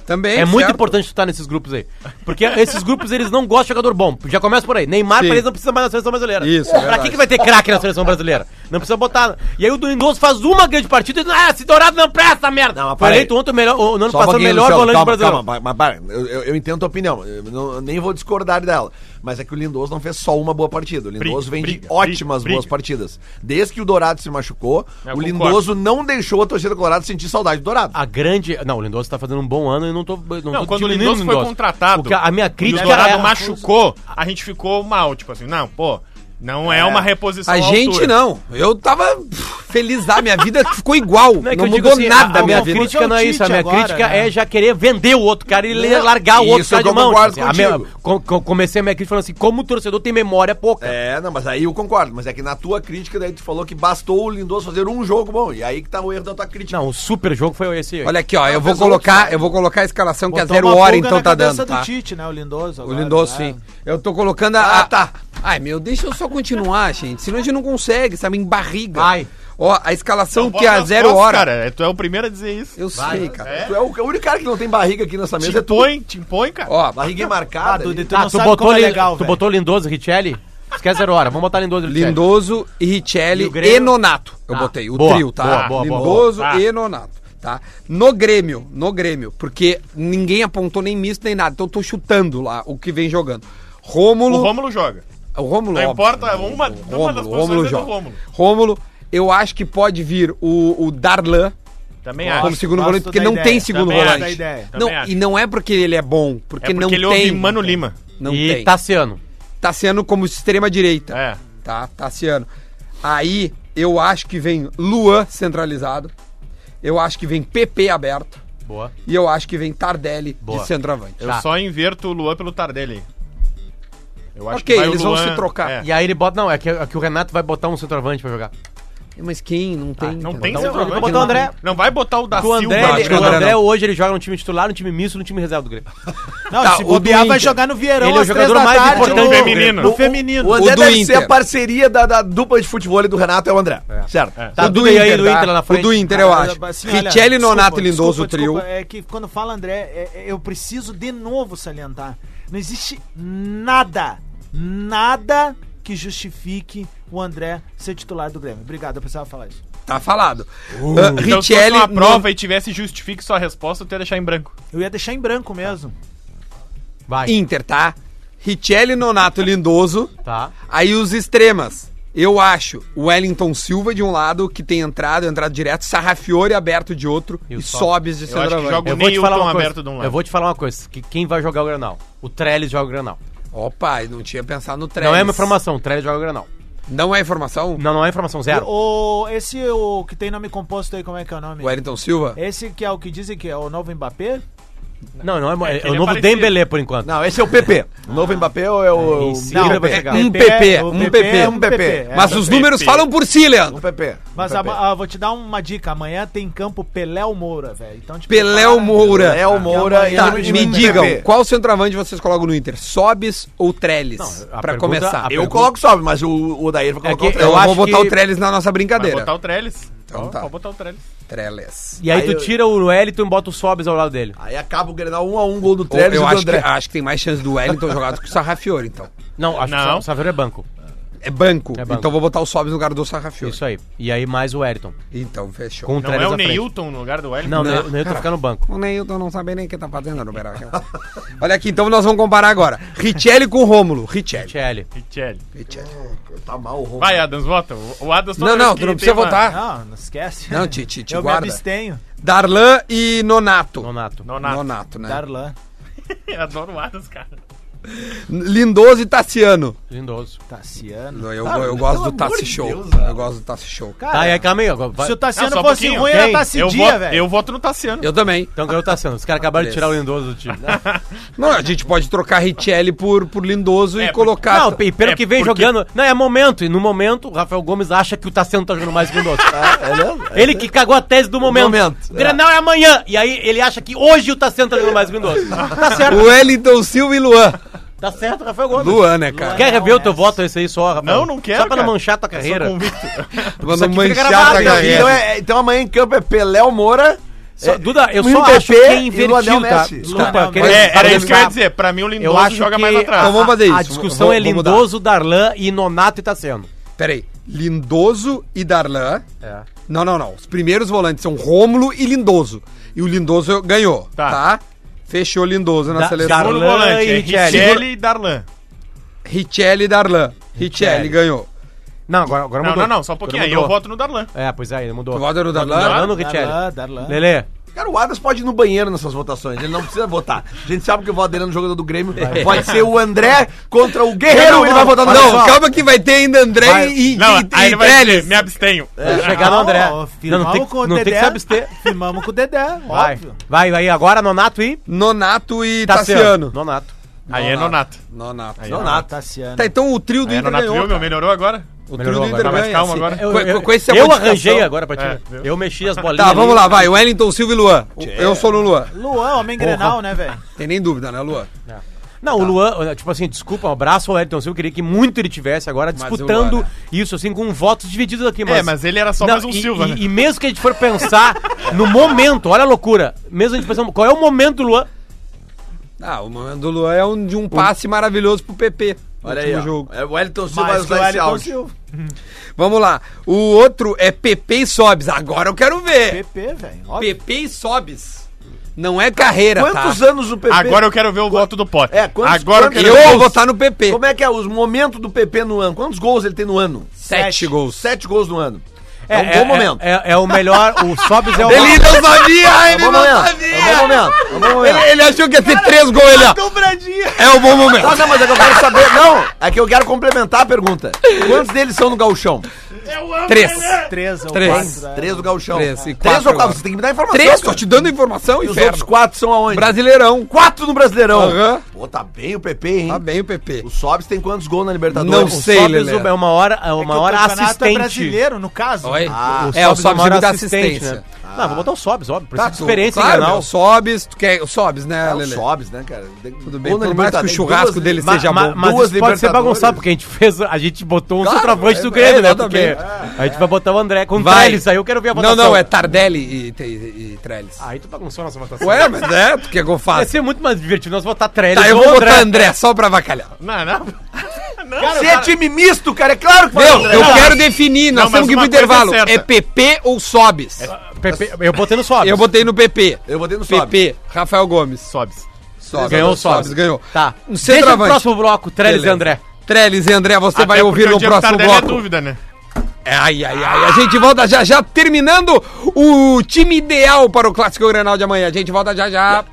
A: Também,
C: É muito
A: certo.
C: importante tu estar nesses grupos aí. Porque esses grupos, eles não gostam de jogador bom. Já começa por aí. Neymar,
A: Sim.
C: pra eles, não precisa mais na seleção brasileira.
A: Isso, é
C: Pra
A: verdade.
C: que, que vai ter craque na seleção brasileira? Não precisa botar. E aí o Lindoso faz uma grande partida e diz, ah, esse Dourado não presta, merda. Não,
D: peraí.
C: Falei tu ontem, o melhor, o, no ano
D: Só
C: passado, o
D: um pouquinho,
C: melhor
D: Luciano,
C: volante
D: calma,
C: brasileiro.
D: Calma, mas, mas, eu, eu- eu entendo a tua opinião. Eu, não- eu nem vou discordar dela. Mas é que o Lindoso não fez só uma boa partida. O
F: Briga,
D: Lindoso vem de
F: briga,
D: ótimas
F: briga,
D: boas
F: briga.
D: partidas. Desde que o Dourado se machucou,
F: Eu
D: o
F: concordo.
D: Lindoso não deixou a torcida colorada sentir saudade do Dourado.
C: A grande. Não, o Lindoso tá fazendo um bom ano e não tô. Não,
F: Não,
C: tô
F: quando o
C: diminuindo
F: Lindoso foi contratado,
C: O que a a minha crítica
F: o Dourado
C: era-
F: machucou, a gente ficou mal, tipo assim, não, pô, não é, uma reposição
A: A
F: à
A: gente
F: altura.
A: não. Eu tava pff, feliz lá, minha vida ficou igual.
C: Não,
A: Não,
C: é que eu digo
A: mudou
C: assim,
A: nada
C: a,
A: a minha
C: minha
A: vida.
C: crítica não é isso. A minha
E: Agora,
C: crítica
E: né?
C: é já querer vender o outro cara e le-
D: Não,
C: largar o outro
D: isso
C: cara
D: que eu
C: de mão.
D: concordo
C: Assim, a minha-
D: contigo.
C: com- com- comecei a minha crítica falando assim, como o torcedor tem memória pouca.
D: É, não, mas aí eu concordo. Mas é que na tua crítica, daí tu falou que bastou o Lindoso fazer um jogo bom. E aí que tá o erro da tua crítica.
C: Não, o super jogo foi esse. Ah, aí.
A: Olha aqui, ó. Eu vou
D: Apesar
A: colocar,
D: do-
A: eu vou colocar a escalação que a
E: Botou
A: zero
E: uma
A: hora
E: pulga
A: então
E: na
A: tá
E: cabeça
A: dando,
E: do
A: tá?
E: Tite, né? O Lindoso
A: O
E: agora,
A: Lindoso,
E: né?
A: sim. Ah, Eu tô colocando a.
D: assim, Ah,
A: a-
D: tá.
A: Ai, meu, deixa eu só continuar, gente. Senão a gente não consegue, sabe? Em barriga.
C: Ai.
A: Ó, a escalação
F: Então, Não
A: que é
F: bota
A: a
F: nas
A: zero
F: costas,
A: hora.
F: Cara, É, tu é o primeiro a dizer isso.
A: Eu sei, cara.
D: Tu é o, o único cara que não tem barriga aqui nessa
F: Te
D: mesa. É tu.
F: impõe, te impõe, cara.
A: Ó,
D: Barriga né?
E: Ah,
D: marcada.
E: Duda, tu
C: Tá,
E: não
C: tu
E: sabe
C: botou,
E: como é
C: Lin-
E: legal,
C: tu
E: velho.
C: botou Lindoso e Richelli? Esquece zero hora. Vamos botar Lindoso e Richelli.
A: Lindoso e
C: E
A: Richelli
C: o
A: e,
C: Grêmio?
A: Nonato. Eu
C: Tá.
A: botei o
C: Boa,
A: trio, tá?
C: boa, boa, boa,
A: Lindoso
F: boa. Tá.
A: e Nonato. Tá? No Grêmio, no Grêmio, porque ninguém apontou nem misto nem nada, então eu tô chutando lá o que vem jogando.
F: O
A: Rômulo.
F: Rômulo joga.
A: O Rômulo.
F: Não
A: óbvio.
F: importa, uma- uma das
A: Rômulo,
F: posições
A: Rômulo
F: é do
A: joga.
F: Rômulo.
A: Rômulo, eu acho que pode vir o, o Darlan
F: Também
A: como
F: acho.
A: segundo
E: gosto
A: volante, porque
E: da
A: não
E: ideia.
A: tem segundo
F: Também acho.
A: volante.
E: Da ideia.
A: Não,
F: Também acho.
A: e não é porque ele é bom, porque,
F: É porque
A: não
F: ele
A: tem.
F: ouve Mano Lima.
A: Não
C: e
A: tem.
C: Tassiano.
A: tá Tassiano como extrema-direita.
F: É.
A: Tá, Tassiano. Aí eu acho que vem Luan centralizado. Eu acho que vem PP aberto.
C: Boa.
A: E eu acho que vem Tardelli
C: Boa.
A: de centroavante.
F: Eu
C: Tá.
F: só inverto o Luan pelo Tardelli. Eu
A: Ok,
F: vai o
A: eles vão se trocar.
F: É.
C: E aí ele bota. Não, é que, é que o Renato vai botar um centroavante pra jogar.
A: É, Mas quem? Não tem.
F: Não
A: Então,
F: tem
A: tá
C: um
F: centroavante.
C: jogo, botar o André.
F: Não vai botar o da
C: O André,
A: acho
F: Silva.
A: que
C: ele-
A: o
C: o
A: André
C: André
A: não.
C: hoje ele joga no time titular, no time misto, no time reserva do Grêmio.
E: Não,
A: Tá,
E: se
A: o
E: bobear
A: do
E: vai
A: Inter.
E: jogar no Vieirão
C: Ele é o
E: às
C: jogador
E: três da
C: mais
E: tarde
C: importante
E: no-
F: do feminino.
E: No feminino.
D: O André
A: O do
D: deve ser
A: Inter.
D: a parceria da, da dupla de futebol e do Renato é o André. Certo.
C: Tá,
A: o do
C: tudo aí,
A: Inter,
C: do Inter
A: tá?
C: lá na frente.
A: O do Inter,
E: Ah,
A: eu acho.
E: assim,
A: Richelli, Nonato e Lindoso, o trio.
E: É que quando fala André, é- é- eu preciso de novo salientar. Não existe nada, nada que justifique o André ser titular do Grêmio. Obrigado, eu precisava falar isso.
A: Tá falado. Uh,
F: Então, se fosse
A: Richelli,
F: uma prova
A: Nonato,
F: e tivesse justifique sua resposta, eu teria deixar em branco.
E: Eu ia deixar em branco mesmo.
C: Vai.
A: Inter, tá? Richelli, Nonato, Lindoso.
C: Tá.
A: Aí os extremas. Eu acho o Wellington Silva de um lado, que tem entrado, entrado direto, Sarrafiore aberto de outro
C: E
A: e,
C: o
A: Sobes de
F: Eu acho que
A: centroavante.
F: joga-
C: Eu
F: O
C: vou, te falar
F: Neilton
C: uma coisa,
F: aberto de um lado.
C: eu vou te falar uma coisa, que quem vai jogar o Granal? O Trellis joga o Granal.
A: Opa, eu não tinha pensado no Trellis.
C: Não é uma informação, o Trellis joga o Granal.
A: Não é informação?
C: Não, não é informação, zero.
E: O, esse o que tem nome composto aí, como é que é o nome?
A: O Wellington Silva?
E: Esse que é o que dizem que é o novo Mbappé?
C: Não, não é, mo-
F: É,
C: é,
F: que
C: o
F: ele é
C: novo
F: parecido.
C: Dembélé por enquanto.
D: Não, esse é o PP. O
A: Ah.
D: novo Mbappé é o. é o-
C: Em seguida
D: Não,
C: vai
D: é-
C: chegar.
A: um
E: PP,
A: PP,
E: o
A: um
E: PP,
A: PP,
E: um
D: um PP.
E: PP, é.
A: Mas os números falam por si,
D: O
A: Leandro.
D: PP.
E: Mas
D: o
E: a-
D: PP.
E: a- vou te dar uma dica. Amanhã tem campo Peléu Moura, velho. Então, te
A: Peléu
E: prepara.
A: Moura.
D: É o Moura e
A: Tá,
D: o
A: me
D: Jimmy
A: digam,
D: PP.
A: qual centroavante vocês colocam no Inter? Sobes ou Trellis?
C: a
A: Pra
C: pergunta-
A: começar.
C: a
D: Eu
C: pergunta-
D: coloco sobe, mas o, o Daír vai colocar
C: que
D: o
A: Eu
D: Trellis.
C: acho
A: vou botar
C: que-
A: o Trellis na nossa
F: Vai
A: brincadeira.
F: botar o Trellis.
A: Então
F: Ó,
A: tá.
F: Pode botar o Trellis.
A: Trellis.
C: E aí,
D: Aí
C: tu
D: eu-
C: tira o Wellington e bota o Sobes ao lado dele.
D: Aí acaba o Grenal 1 a 1 gol do
A: Ou
D: Trellis e
A: eu
D: do
A: acho que,
D: André.
A: acho que tem mais chance do Wellington jogado que o Sarrafiore, então.
C: Não, acho que
F: Não.
C: o Saveiro é banco.
A: É banco,
C: É banco.
A: então vou botar o Sobes no lugar do Sarrafiore.
C: Isso aí. E aí mais o Wellington.
A: Então, fechou.
C: Com
F: Não
C: o
F: é
C: Trellis
F: o
C: à frente.
F: Neilton no lugar do Wellington?
C: Não,
A: Não,
C: não, o Neilton fica no banco.
A: O Neilton não sabe nem o que tá fazendo no Beira *laughs* Olha aqui, então nós vamos comparar agora. Richelli com Rômulo. Richelli.
C: Richelli.
F: Richelli.
A: Richelli.
D: Tá mal o
F: *laughs*
D: Rômulo.
F: Vai, Adams, vota. O- O Adams toda
A: Não, não,
F: vez que
A: tu não
F: ele
A: precisa
F: tem uma-
A: votar.
E: Não, não esquece.
A: Não, te- te- te
E: Eu
A: guarda.
E: me abstenho.
A: Darlan e Nonato.
C: Nonato.
F: Nonato.
A: Nonato, né?
E: Darlan.
F: Eu adoro o Adams, cara.
A: Lindoso e Tassiano.
C: Lindoso.
E: Tassiano.
A: Eu,
D: Cara,
A: eu gosto
D: pelo
A: do Tassi
D: amor de
A: Show.
D: Deus,
A: eu gosto do Tassi Show.
E: Cara,
C: Tá, e aí, calma aí. agora vai-
E: se o Tassiano
F: Não, só um
E: fosse
F: pouquinho.
E: ruim, era
C: Quem?
F: eu,
E: Tassidia,
F: voto,
E: velho.
F: eu voto no Tassiano.
A: Eu também.
C: Então ganhou o Tassiano. Os caras acabaram de
A: Beleza.
C: tirar o Lindoso do time.
A: Não, a gente pode trocar Richelli por, por Lindoso
F: É,
A: e
F: porque-
A: colocar.
C: Não, e pelo
F: É,
C: que vem
F: porque-
C: jogando. Não, é momento. E no momento, o Rafael Gomes acha que o Tassiano tá jogando mais que o Lindoso.
D: É, né?
C: Ele que cagou a tese do momento.
D: momento, é.
C: Grenal é amanhã. E aí ele acha que hoje o Tassiano tá jogando mais que o Lindoso.
A: *laughs*
C: Tá certo.
A: O Wellington Silva e Luan.
C: Tá certo, Rafael Gomes.
A: Luan, né, cara?
C: Quer rever o teu
E: Não,
C: voto esse aí só, Rafael?
F: é Não, não quero,
C: Só pra não
F: cara.
C: manchar tua
F: Eu sou
C: carreira.
F: convicto.
A: Mano,
C: aqui fica
A: manchar tá
C: gravado,
D: é
A: pra
C: hein?
A: galera.
D: Então, é- então amanhã em campo é Pelé Moura,
C: Só- Duda, eu
D: no
C: só
D: IPP
C: acho que é
D: e no
C: invertido,
D: Anel
C: tá?
D: Messi.
C: Desculpa,
E: Anel
C: queria-
F: É, era isso que eu ia
C: Tá.
F: dizer. Pra mim, o Lindoso
C: Eu acho
F: joga
C: que
F: mais atrás.
A: Então vamos fazer
C: A
A: isso.
C: discussão
A: Vou-
C: é
A: vou mudar.
C: Lindoso, Darlan e Nonato e tá Tassiano.
A: Peraí. Lindoso e Darlan.
C: É.
A: Não, não, não. Os primeiros volantes são Rômulo e Lindoso. E o Lindoso ganhou, tá?
F: Tá.
A: Fechou Lindoso na
C: Da-
A: seleção.
C: Darlan.
F: Segundo volante, é
C: e Richelli.
F: Richelli e Darlan.
A: Richelli e Darlan. Richelli
C: Richelli.
A: ganhou.
C: Não, agora, agora
F: Não,
C: mudou.
F: não, não, só um pouquinho. Aí
C: Agora
F: eu
C: mudou.
F: voto no Darlan.
C: É, pois é, ele mudou.
A: Tu vota no Darlan?
C: Darlan no
E: Darlan,
C: Richelli.
E: Darlan.
C: Lele,
D: É, Cara, o Adas pode ir no banheiro nessas votações. Ele não precisa votar. A gente sabe que o voto dele é no jogador do Grêmio. Vai ser o André contra o Guerreiro.
C: Não,
D: ele vai votar no
A: Não,
D: Adams.
A: calma que vai ter ainda André
D: Vai.
A: e, e,
F: Não,
A: e,
F: aí
A: e
F: ele vai dizer,
A: Trellis.
F: me abstenho.
A: É.
C: é chegar no
E: Não,
C: André.
E: ó,
C: Não, não
E: firmamos
C: tem, que-
E: com o
C: não tem que
E: Dedé.
C: se abster.
E: Firmamos com o Dedé,
C: Vai,
E: óbvio.
C: vai, vai, agora Nonato e
A: Nonato e Tassiano.
C: Nonato.
F: Aí é Nonato.
A: Nonato.
F: Aí é
D: Nonato.
E: Ah, Tassiano.
A: Tá, então o trio do
F: Aí é
A: Inter
F: Nonato,
A: ganhou.
F: viu, meu? Melhorou agora?
A: O trio
C: Melhorou
A: do Inter
C: agora.
F: Mas
A: ganha.
F: calma
A: sim.
F: agora.
A: Com- com- com esse é a
C: eu
A: modificação.
C: arranjei agora pra ti.
F: É, viu?
C: eu mexi as bolinhas.
A: Tá, vamos
C: ali.
A: lá, vai. Wellington, Silva e Luan. O- Eu sou no Luan.
E: Luan, homem grenal, né, velho?
A: Tem nem dúvida, né, Luan?
C: Não,
A: Tá.
C: o Luan, tipo assim, desculpa, um abraço ao Elton Silva, eu queria que muito ele tivesse agora
A: Mas
C: disputando
A: o Luan, né?
C: isso, assim, com votos divididos aqui. Mas...
F: É, mas ele era só
C: Não,
F: mais um
C: e,
F: Silva,
C: e,
F: né?
C: e mesmo que a gente
A: *laughs*
C: for pensar no momento, olha a loucura, mesmo a gente pensando, qual é o momento do Luan?
A: Ah, o momento do Luan é um, de um passe maravilhoso pro PP. no
D: Olha aí,
A: último
D: ó.
A: jogo.
D: É o Wellington Silva vai
E: Mais que o
D: usar esse
E: Wellington
D: áudio.
E: Silva.
A: Vamos lá. O outro é PP e Sobes. Agora eu quero ver.
E: PP, velho. óbvio.
A: PP e Sobes. Não é carreira,
D: Quantos
A: tá?
D: anos o PP...
F: Agora eu quero ver o voto do Potter.
D: É, quantos-
F: Agora eu
D: quantos-
F: quero
A: Eu
F: ver
A: vou
D: gols?
A: votar no PP.
D: Como é que é os momentos do PP no ano? Quantos gols ele tem no ano?
A: Sete gols.
D: Sete gols no ano. É, um bom momento.
C: É, é o melhor, o Sobis é o
A: Ele
C: melhor.
A: não sabia,
D: É um
A: ele
D: bom
A: não
D: momento. É um bom
A: sabia.
D: momento. É um bom momento.
A: Ele, ele achou que ia ter três gols, ele, ó. É o bom momento.
D: Não, não, mas é que eu quero saber. Não, é que eu quero complementar a pergunta. Quantos deles são no gauchão?
A: Três.
E: Três ou
A: Três.
E: quatro. é.
D: Três do gauchão.
A: Três e
D: Três
A: quatro
D: ou
A: agora.
D: quatro? Você tem que me dar informação.
A: Três, tô
D: cara.
A: te dando informação,
D: E os
A: inferno.
D: outros quatro são aonde?
A: Brasileirão.
D: Quatro no Brasileirão.
A: Aham.
D: Pô, tá bem o PP, hein?
A: Tá bem o PP.
D: O Sobs tem quantos gols na Libertadores?
A: Não
D: O
A: sei.
D: Sobs-
C: Sobis
A: Lelé.
C: é uma hora, é uma
E: É que o
C: hora
E: campeonato
C: assistente.
E: É brasileiro, no caso.
A: Oi.
D: Ah,
A: é, o
C: Sobis uma
A: Sobs
C: hora
A: é da assistência.
C: né? Não, vou botar o Sobis, óbvio, por
A: Tá,
C: isso de experiência
A: claro,
C: é em
A: meu,
C: Grenal.
A: o Sobs, tu quer o Sobs, né,
D: É o
A: Lele?
D: Sobs, né, cara?
A: Tudo bem, por mais que o churrasco dele
C: Ma-
A: seja
C: ma-
A: bom.
C: Mas
D: Duas
C: isso pode ser
D: Libertadores.
C: bagunçado, porque a gente fez. A gente botou um
A: Claro,
C: centroavante
A: é,
C: do Grêmio, né? Porque
A: exatamente. É.
C: a gente vai botar o André com
A: Vai.
C: Trellis, aí eu quero ver a
A: Não,
C: votação.
A: não, é Tardelli e, e, e Trellis.
C: Aí tu bagunçou a nossa votação.
A: Ué, mas é, tu quer que eu
C: Vai
A: faça?
C: ser muito mais divertido nós votar Trellis
A: Tá, eu
C: ou
A: vou
C: é André.
A: botar André só pra avacalhar.
F: Não, não.
D: Se é time misto, cara, é claro que
A: Meu,
D: André.
A: eu
D: Não,
A: quero definir, nós
F: Não, mas
A: temos que ir pro
F: uma coisa é
A: intervalo.
F: certa.
A: É PP ou Sobs?
C: Pepe- eu botei no Sobis.
A: Eu botei no PP.
D: Eu vou dentro do Sobs.
A: PP, Rafael Gomes.
F: Sobes.
A: Sobs.
C: Ganhou o Sobis.
A: Sobs, ganhou.
C: Tá.
A: No
C: Deixa o
A: centroavante.
C: próximo bloco, Trellis e
A: Beleza.
C: André.
A: Trellis e André, você
F: Até
A: vai ouvir
F: porque
A: no
F: o Diego
A: próximo
F: Tardelli é
A: bloco.
F: dúvida, né?
A: Ai, ai, ai. A gente volta já já, terminando o time ideal para o Clássico Granal de amanhã. A gente volta já já.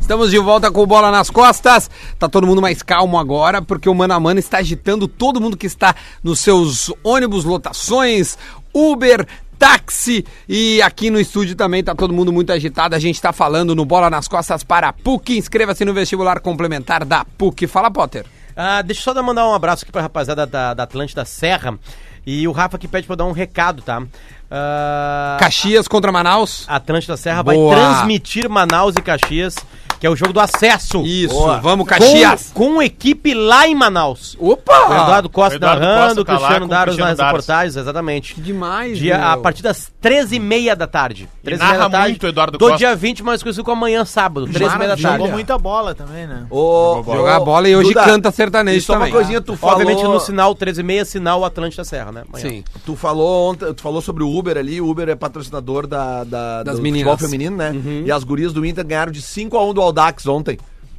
A: Estamos de volta com o bola nas costas. Tá todo mundo mais calmo agora, porque o Mano a Mano está agitando todo mundo que está nos seus ônibus, lotações, Uber, táxi e aqui no estúdio também tá todo mundo muito agitado. A gente tá falando no Bola nas Costas para a PUC. Inscreva-se no vestibular complementar da PUC. Fala, Potter.
C: Ah, deixa eu só dar- mandar um abraço aqui pra rapaziada da, da Atlântida Serra. E o Rafa que pede pra eu dar um recado, tá? Ah,
A: Caxias contra Manaus.
C: A Atlântida Serra
A: Boa.
C: vai transmitir Manaus e Caxias, que é o jogo do acesso.
A: Isso,
D: Boa.
A: vamos Caxias.
C: Caxias. Com, equipe lá em Manaus.
A: Opa!
C: O Eduardo Costa
F: Eduardo Costa
C: narrando,
F: tá lá
C: Cristiano
F: com
C: Daros
F: Cristiano
C: nas
F: Daros.
C: reportagens, exatamente.
A: Demais,
C: Dia,
A: meu.
C: a partir das 13h30 da tarde. 13h30 da
F: narra
C: tarde.
F: muito o Eduardo
C: do
F: Costa.
C: dia 20, mais conhecido como amanhã, sábado, 13h30 da
A: Maravilha.
C: tarde. É.
E: Jogou muita bola também, né?
D: Ô,
A: Jogar bola e hoje canta sertanejo
D: E só
A: também.
D: uma coisinha, tu falou...
C: Obviamente no sinal 13h30, sinal Atlântida Serra, né? Amanhã.
A: Sim.
D: Tu falou ontem, tu falou sobre o Uber ali, o Uber é patrocinador da, da-
A: Das
D: do
A: meninas. Uhum.
D: futebol feminino, né? E as gurias do Inter ganharam de 5 a 1 do Aldax ontem.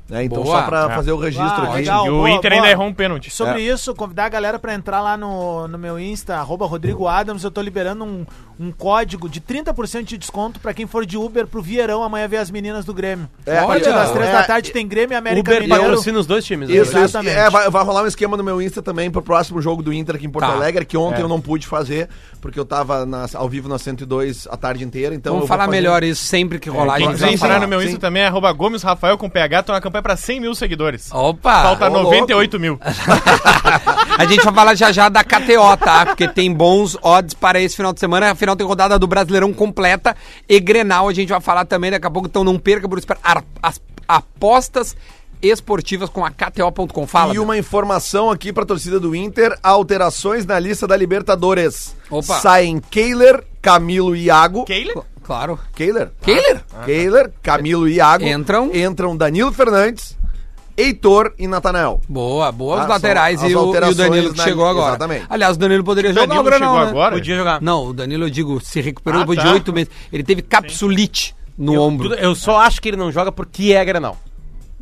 D: Né? Então
A: Boa.
D: só pra
F: É.
D: fazer o registro
E: Ah,
D: aqui.
E: legal.
F: E o
E: boa,
F: Inter ainda
E: boa.
F: errou um pênalti.
E: Sobre isso, convidar a galera pra entrar lá no, no meu Insta, arroba Rodrigo Adams. Eu tô liberando um, um código de 30% de desconto pra quem for de Uber pro Vieirão amanhã ver as meninas do Grêmio.
D: É,
E: a partir
A: olha.
E: das 3
D: É,
E: da tarde tem Grêmio e América
C: Uber
E: Mineiro.
C: patrocina os dois times. né?
D: Isso, isso.
E: Exatamente.
D: É, vai, vai rolar um esquema no meu Insta também pro próximo jogo do Inter aqui em Porto
A: Tá.
D: Alegre, que ontem
C: É.
D: eu não pude fazer, porque eu tava na- ao vivo na 102 a tarde inteira. Então eu
A: Vamos
D: vou
A: falar
D: fazer-
A: melhor isso sempre que rolar. a
F: É, Quem
A: gente
F: quiser
A: vai
F: entrar
A: falar.
F: no meu Insta também é arroba Gomes Rafael com PH, tô na campanha um pra 100 mil seguidores.
A: Opa!
F: Falta
D: ô, louco.
F: 98
A: *laughs*
F: mil.
A: É A gente vai falar já já da KTO, tá? Porque tem bons odds para esse final de semana. Afinal, tem rodada do Brasileirão completa e Grenal. A gente vai falar também daqui a pouco. Então não perca por esperar. Ar- As apostas esportivas com a KTO.com. Fala.
D: E uma informação aqui pra torcida do Inter: alterações na lista da Libertadores.
A: Opa.
D: Saem Keiler, Camilo e Iago.
A: Cl- Claro.
D: Keiler?
A: Kehler?
D: Keiler, Camilo e Iago.
A: Entram.
D: Entram Danilo Fernandes, Heitor e Natanael.
A: Boa, boa. Os
D: Ah, são
A: laterais
D: as
A: e o, e o
D: alterações
A: Danilo que
D: na-
A: chegou agora.
D: Exatamente.
A: Aliás, o Danilo poderia jogar
F: Danilo
A: o Granal,
F: chegou
A: né?
F: agora?
C: Podia jogar.
A: Não, o Danilo, eu digo, se recuperou
F: Ah,
A: depois de
F: tá.
A: oito meses. Ele teve capsulite no ombro.
C: Tudo- Eu só acho que ele não joga porque é Grenal.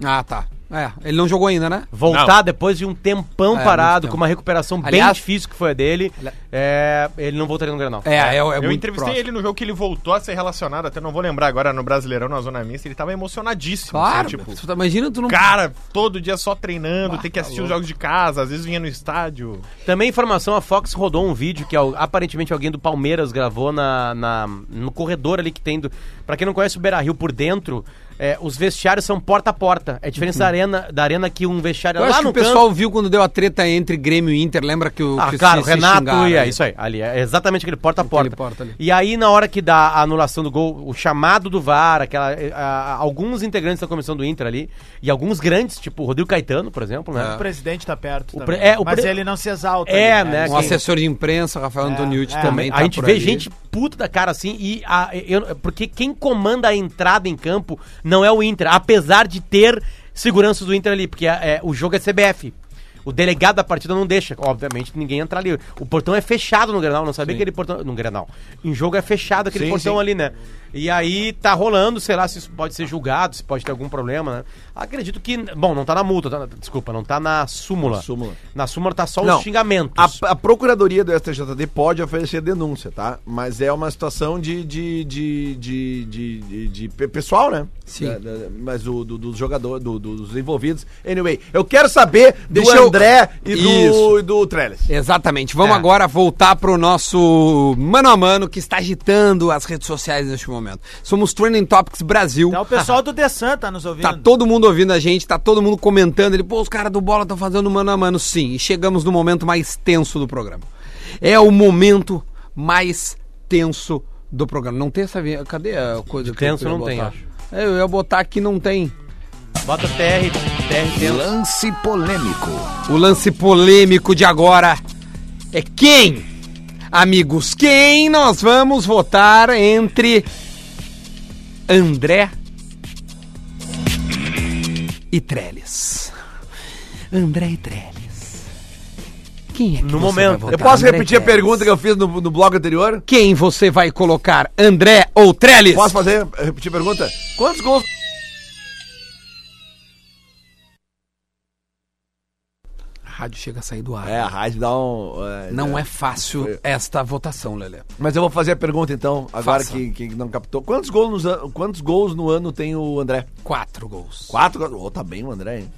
A: Ah, tá. É, ele não jogou ainda, né?
C: Voltar depois de um tempão
A: É, muito
C: parado,
A: tempo.
C: com uma recuperação bem
A: Aliás-
C: difícil que foi a dele, é, ele não voltaria no Grenal.
A: É, é, é
F: eu
A: muito
F: entrevistei
A: próximo.
F: ele no jogo que ele voltou a ser relacionado, até não vou lembrar agora, no Brasileirão, na Zona Mista, ele tava emocionadíssimo.
A: Claro, Ah,
F: assim, tipo,
A: tu- tá- imagina tu não...
F: cara, todo dia só treinando,
A: tá
F: tem que assistir os jogos de casa, às vezes vinha no estádio.
C: Também informação, a Fox rodou um vídeo que al- aparentemente alguém do Palmeiras gravou na, na- no corredor ali que tem. Do, pra quem não conhece o Beira Rio por dentro, é, os vestiários são porta a porta. É diferente da arena da arena que um vestiário é
A: Uhum. Eu
C: lá
A: acho que
C: no
A: o pessoal
C: canto.
A: viu quando deu a treta entre Grêmio e Inter, lembra que o...
C: Ah,
A: que
C: claro,
A: se- se
C: Renato
A: xingaram,
C: e é
A: né?
C: isso aí. Ali é exatamente aquele porta a
A: Aquele
C: porta.
A: porta ali.
C: E aí na hora que dá a anulação do gol, o chamado do VAR, aquela eh, a- alguns integrantes da comissão do Inter ali e alguns grandes, tipo o Rodrigo Caetano, por exemplo,
A: É.
C: né?
E: O presidente tá perto.
C: O
E: também.
C: pre- é, o
E: Mas
C: pre-
E: ele não se exalta.
C: É,
E: ali,
C: né,
A: Um
C: Sim.
A: assessor de imprensa, Rafael Antoniucci
E: é.
A: também tá
C: a gente
A: por
C: vê
A: ali.
C: gente puta da cara assim e a- eu- porque quem comanda a entrada em campo não é o Inter, apesar de ter seguranças do Inter ali, porque é, é, o jogo é CBF. O delegado da partida não deixa, obviamente, ninguém entrar ali. O portão é fechado no Grenal, não sabia que aquele portão. No Grenal. Em jogo é fechado aquele
D: Sim,
C: portão
D: sim.
C: ali, né? E aí tá rolando, sei lá se isso pode ser julgado, se pode ter algum problema, né? Acredito que. Bom, não tá na multa, tá na- desculpa, não tá na súmula.
D: Súmula.
C: Na súmula tá só
D: Não,
C: os xingamentos.
D: A, a Procuradoria do STJD pode oferecer denúncia, tá? Mas é uma situação de, de, de, de, de, de- de pe- pessoal, né?
A: Sim.
D: Da- da- mas o, do, dos jogadores, do- do- dos envolvidos. Anyway, eu quero saber
A: Deixa
D: do
A: eu-
D: André e
A: Isso.
D: do, e do Trellis.
A: Exatamente. Vamos
C: É.
A: agora voltar pro nosso mano a mano que está agitando as redes sociais neste momento. Somos Trending Topics Brasil.
C: Então,
E: Tá, o pessoal do The Sun tá nos ouvindo.
A: Tá todo mundo ouvindo a gente, tá todo mundo comentando. Ele, pô, os caras do bola estão fazendo mano a mano, sim. E chegamos no momento mais tenso do programa. É o momento mais tenso do programa. Não tem essa. vi- Cadê a coisa que
C: tenso
A: eu ia
C: não
A: botar?
C: tem, acho.
A: É, eu ia botar aqui, não tem.
C: Bota TR, TR dentro.
G: Lance polêmico.
A: O lance polêmico de agora é quem? Amigos, quem nós vamos votar entre André e Trellis? André e Trellis. Quem é que
C: No
A: você
C: momento.
A: vai votar?
D: Eu posso
A: André
D: repetir a
A: Trelles?
D: pergunta que eu fiz no, no blog anterior?
A: Quem você vai colocar, André ou Trellis?
D: Posso fazer, eh, repetir a pergunta? Quantos gols
A: A rádio chega a sair do ar.
D: É, a rádio dá um. é,
A: Não é fácil esta votação, Lelê.
D: Mas eu vou fazer a pergunta então, agora
A: Faça.
D: que, que não captou. Quantos gols, nos an- quantos gols no ano tem o André?
A: Quatro gols.
D: Quatro gols. Oh, tá bem o André, hein?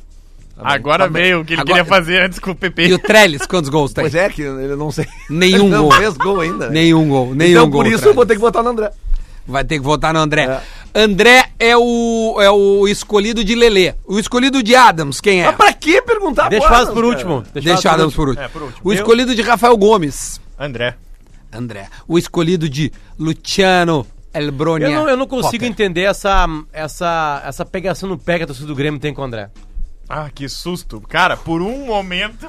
A: Tá
F: Agora veio o que ele
A: Agora-
F: queria fazer antes com o PP.
A: E o Trellis, quantos
D: *laughs*
A: gols tem?
D: Pois é, que ele não sei.
A: Tá Nenhum
D: *laughs* Ele não
A: gol.
D: fez gol ainda. né?
A: Nenhum gol, nenhum
D: Então
A: gol.
D: por isso
A: Trellis.
D: eu vou ter que votar no André.
A: Vai ter que votar no André. André é o, é o escolhido de Lelê. O escolhido de Adams, quem é?
D: Mas pra que perguntar
C: Deixa o
D: agora,
C: Adams por
D: Tá cara?
C: último.
A: Deixa o Adams por último.
F: É, por último.
A: O
F: Eu-
A: escolhido de Rafael Gomes.
F: André.
A: André. O escolhido de Luciano Elbronia.
C: Eu não, eu não consigo
A: Potter.
C: entender essa, essa, essa pegação no pé que a torcida do Grêmio tem com o André.
F: Ah, que susto. Cara, por um momento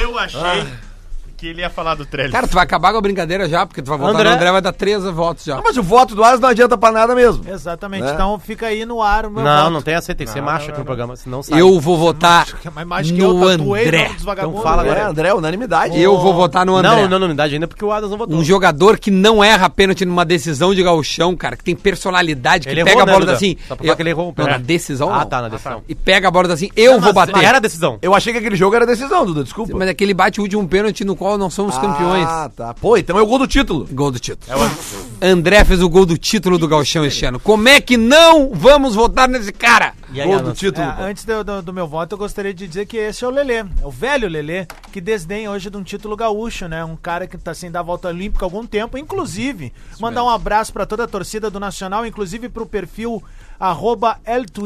F: eu achei
A: Ah.
F: que ele ia falar do Trellis.
A: Cara, tu vai acabar com a brincadeira já, porque tu vai votar
C: André- Tá,
A: no André, vai dar 13 votos já.
D: Ah, mas o voto do Adams não adianta pra nada mesmo.
E: Exatamente.
D: Né?
E: Então fica aí no ar o meu
C: Não,
E: voto.
C: não tá. tem aceita. Você macha aqui no programa, senão sai. é
A: Eu vou votar
E: Mas mais que
C: tá
E: eu
A: no
E: tatuei o
A: André.
E: nome dos vagabundos.
C: Então fala
D: É,
C: agora.
D: André, unanimidade.
A: Eu vou votar no André.
C: Não, não, unanimidade ainda porque o Adams não votou.
A: Um jogador que não erra pênalti numa decisão de gauchão, cara, que tem personalidade, que
C: Ele
A: pega
C: errou,
A: a
C: né,
A: bola e
C: Duda?
A: dá assim...
C: Só pra falar que ele errou o
A: Não, na
C: pênalti.
A: decisão
C: Ah,
A: não.
C: tá, na decisão.
A: E pega a bola e dá assim, eu vou
C: Mas-
A: bater.
C: mas Era a decisão.
D: Eu achei que aquele jogo era decisão, Duda, desculpa.
A: Mas é que ele bate o último pênalti no qual nós somos campeões.
D: Ah, tá. Pô, então é o gol do título.
A: Gol do título.
D: É,
A: André fez o gol do título do Galchão este ano. Como é que não vamos votar nesse cara?
C: E aí,
D: gol do
C: Adams?
D: título.
E: É, antes do, do- do meu voto, eu gostaria de dizer que esse é o Lelê, é o velho Lelê, que desdenha hoje de um título gaúcho, né? Um cara que tá sem dar a volta olímpica há algum tempo. Inclusive, mandar um abraço pra toda a torcida do Nacional, inclusive pro perfil arroba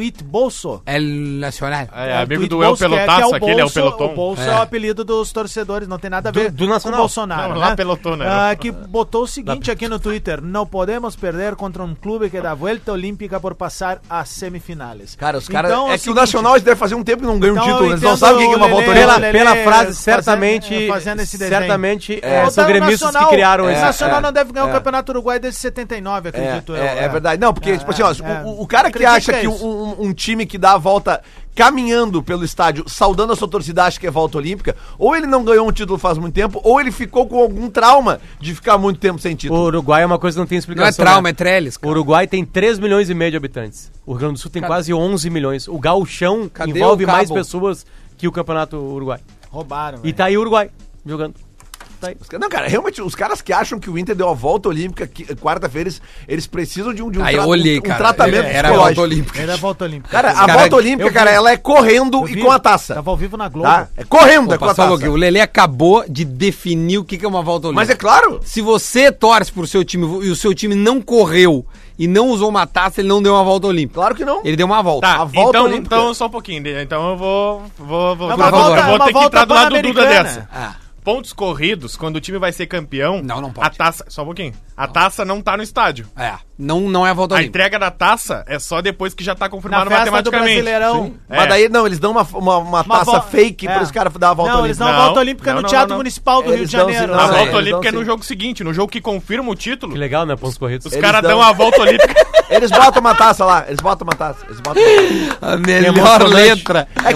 E: eltweetbolso.
A: É nacional.
F: É, amigo do El
E: que
F: Pelotaço,
E: o
F: aquele é o
E: bolso-
F: Pelotão.
E: O Bolso é.
A: É.
E: o apeldo dos torcedores, não tem nada a
C: Do-
E: ver
C: do Nacional.
E: com o Bolsonaro.
F: Não, lá
E: né?
F: Pelotão, né?
E: Ah, que botou o seguinte aqui no Twitter: Não podemos perder contra um clube que dá volta olímpica por passar às semifinais.
D: Cara, os caras.
E: Então,
D: é
E: o
D: que
E: seguinte-
D: o Nacional deve fazer um tempo que não ganha um
E: Então,
D: título.
E: eu
D: Eles não
E: entendo
D: sabem o que que é uma
E: o Lelê,
D: volta
E: Lelê,
C: Pela,
D: olímpica.
E: Lelê,
C: pela frase,
E: fazendo-
A: é,
C: certamente.
E: fazendo esse desenho.
C: certamente
E: É,
C: é,
E: o
C: são gremistas que criaram
E: o
C: esse.
E: Nacional
D: é,
E: não deve ganhar o
D: é.
E: Campeonato Uruguai desde 79,
D: É,
E: acredito eu.
D: é, é verdade. Não, porque,
E: É,
D: tipo assim, ó,
E: é.
D: o, o cara que
E: Acredito
D: acha
E: que é
D: que
E: isso.
D: um, um- um time que dá a volta caminhando pelo estádio, saudando a sua torcida, acha que é volta olímpica, ou ele não ganhou um título faz muito tempo, ou ele ficou com algum trauma de ficar muito tempo sem
C: O
D: título.
C: Uruguai é uma coisa que não tem
A: Não é
C: explicação.
A: trauma,
C: né?
A: é treles.
D: Um
C: O Uruguai tem 3 milhões e meio de habitantes. O Rio Grande do Sul tem quase 11 milhões. O gauchão
A: Cadê
C: envolve
A: o cabo?
C: mais pessoas que o campeonato uruguai.
E: Roubaram. é.
C: E tá aí o Uruguai jogando. Tá aí.
D: Os ca- Não, cara, realmente, os caras que acham que o Inter deu a volta olímpica que- quarta-feira, eles, eles precisam de um, de um,
A: Aí eu
D: tra-
A: olhei,
D: um
A: cara.
D: tratamento
A: Era- era a
D: psicológico.
A: volta olímpica.
E: Era a é volta olímpica.
D: Cara, a
A: Cara,
D: volta
E: eu
D: olímpica,
E: vi.
D: cara, ela é correndo
E: Eu
D: e
E: vi.
D: com a taça.
E: Tava ao vivo na Globo.
D: Tá? É correndo, é
A: Opa,
D: com a
A: só um
D: taça.
A: pouquinho. o Lelê acabou de definir o que que é uma volta olímpica.
D: Mas é claro.
A: Se você torce pro seu time e o seu time não correu e não usou uma taça, ele não deu uma volta olímpica.
D: Claro que não.
A: Ele deu uma volta.
F: Tá,
D: A volta
F: então,
D: olímpica.
F: então só um pouquinho. de- Então eu vou. vou, vou
E: É
A: uma
F: eu vou-
A: volta-
F: eu vou
E: uma
F: ter que
E: volta
F: entrar do lado do Duda dessa.
E: pan-americana.
A: Ah.
F: Pontos corridos, quando o time vai ser campeão.
A: Não, não pode.
F: A taça. Só um pouquinho. A taça não tá no estádio.
A: É, não, não é a volta
F: A
D: Ah,
A: olímpica.
F: entrega da taça é só depois que já tá
E: Na
F: confirmado
E: festa do
F: matematicamente.
E: Brasileirão.
F: É.
D: Mas daí, não, eles dão uma, uma, uma
E: Uma
D: taça
E: vo-
D: fake
E: é.
D: para os caras dar a volta
E: Não, eles
D: olímpica. É,
E: dão a
F: Não,
E: volta olímpica
F: não,
E: no
F: não,
E: Teatro
F: não.
E: Municipal do
D: Eles
E: Rio de
D: dão sim,
E: Janeiro.
D: não,
F: A
D: Não,
F: volta
D: eles
F: olímpica é
D: dão
F: no
D: sim.
F: jogo seguinte, no jogo que confirma o título,
C: Que legal, né? Pontos corridos.
F: os
D: Eles
F: caras
D: dão-
F: dão a volta
D: *laughs*
F: olímpica.
D: Eles botam uma taça lá, eles botam uma taça. Eles botam uma taça.
A: A
C: Emocionante.
D: É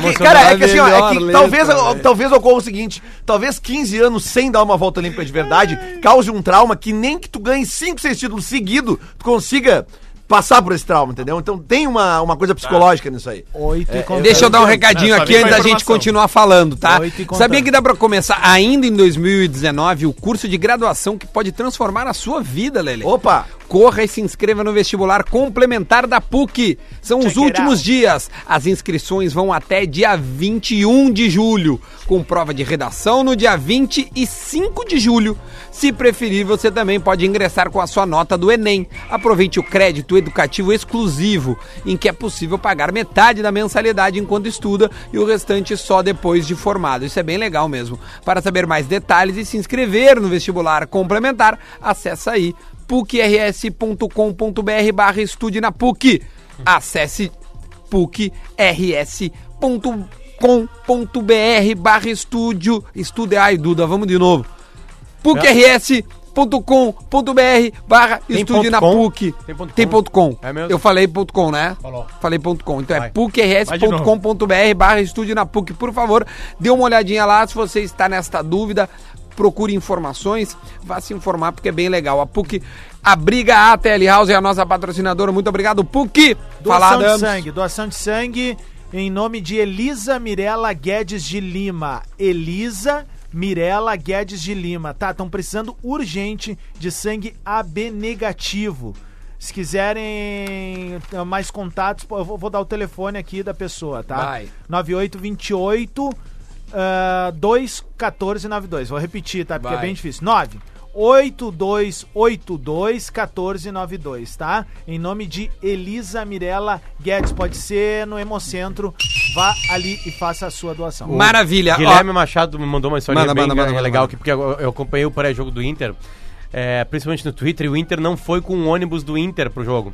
D: que, cara, é que assim, ó, é que talvez, talvez ocorra o seguinte: talvez 15 anos sem dar uma volta olímpica de verdade cause um trauma que nem que tu ganhe 5, 6 títulos seguidos, tu consiga passar por esse trauma, entendeu? Então tem uma, uma coisa psicológica nisso aí.
E: Oito e contando.
A: Deixa eu dar um recadinho
F: Não, só
A: aqui
F: vem com
A: antes da
F: informação.
A: gente continuar falando, tá?
E: Oito e contando.
A: Sabia que dá pra começar ainda em 2019 o curso de graduação que pode transformar a sua vida, Lelê?
D: Opa!
A: Corra e se inscreva no vestibular complementar da PUC. São os
E: Check it
A: últimos
E: out.
A: dias. As inscrições vão até dia 21 de julho, com prova de redação no dia 25 de julho. Se preferir, você também pode ingressar com a sua nota do Enem. Aproveite o crédito educativo exclusivo, em que é possível pagar metade da mensalidade enquanto estuda e o restante só depois de formado. Isso é bem legal mesmo. Para saber mais detalhes e se inscrever no vestibular complementar, acessa aí pucrs.com.br barra estude na PUC. Acesse pucrs.com.br barra estúdio. Estude, ai Duda, vamos de novo. pucrs.com.br barra estúdio
C: ponto
A: na
C: com?
A: PUC.
C: Tem ponto
A: Tem
C: com?
A: ponto com.
C: É mesmo?
A: Eu falei ponto com, né?
C: Falou.
A: Falei ponto com. Então é
C: Vai.
A: pucrs.com.br barra estúdio na PUC. Por favor, dê uma olhadinha lá se você está nesta dúvida. Procure informações, vá se informar porque é bem legal. A PUC abriga a ATL House, é a nossa patrocinadora. Muito obrigado, PUC!
E: Doação
A: Falada.
E: de sangue, doação de sangue em nome de Elisa Mirela Guedes de Lima. Elisa Mirela Guedes de Lima, tá? Estão precisando urgente de sangue AB negativo. Se quiserem eh, mais contatos, pô, eu vou vou dar o telefone aqui da pessoa, tá?
A: Vai.
E: 9828 ah, 21492. Vou repetir, tá? Porque é
A: Vai.
E: bem difícil. 9 8282 1492, tá? Em nome de Elisa Mirela Guedes. Pode ser no Hemocentro. Vá ali e faça a sua doação.
A: Mas- Maravilha.
C: Guilherme Machado me mandou uma história
A: Manda,
C: bem
A: manda, manda, manda,
C: legal
A: manda.
C: aqui, porque eu eu acompanhei o pré-jogo do Inter, é, principalmente no Twitter, e o Inter não foi com o ônibus do Inter pro jogo.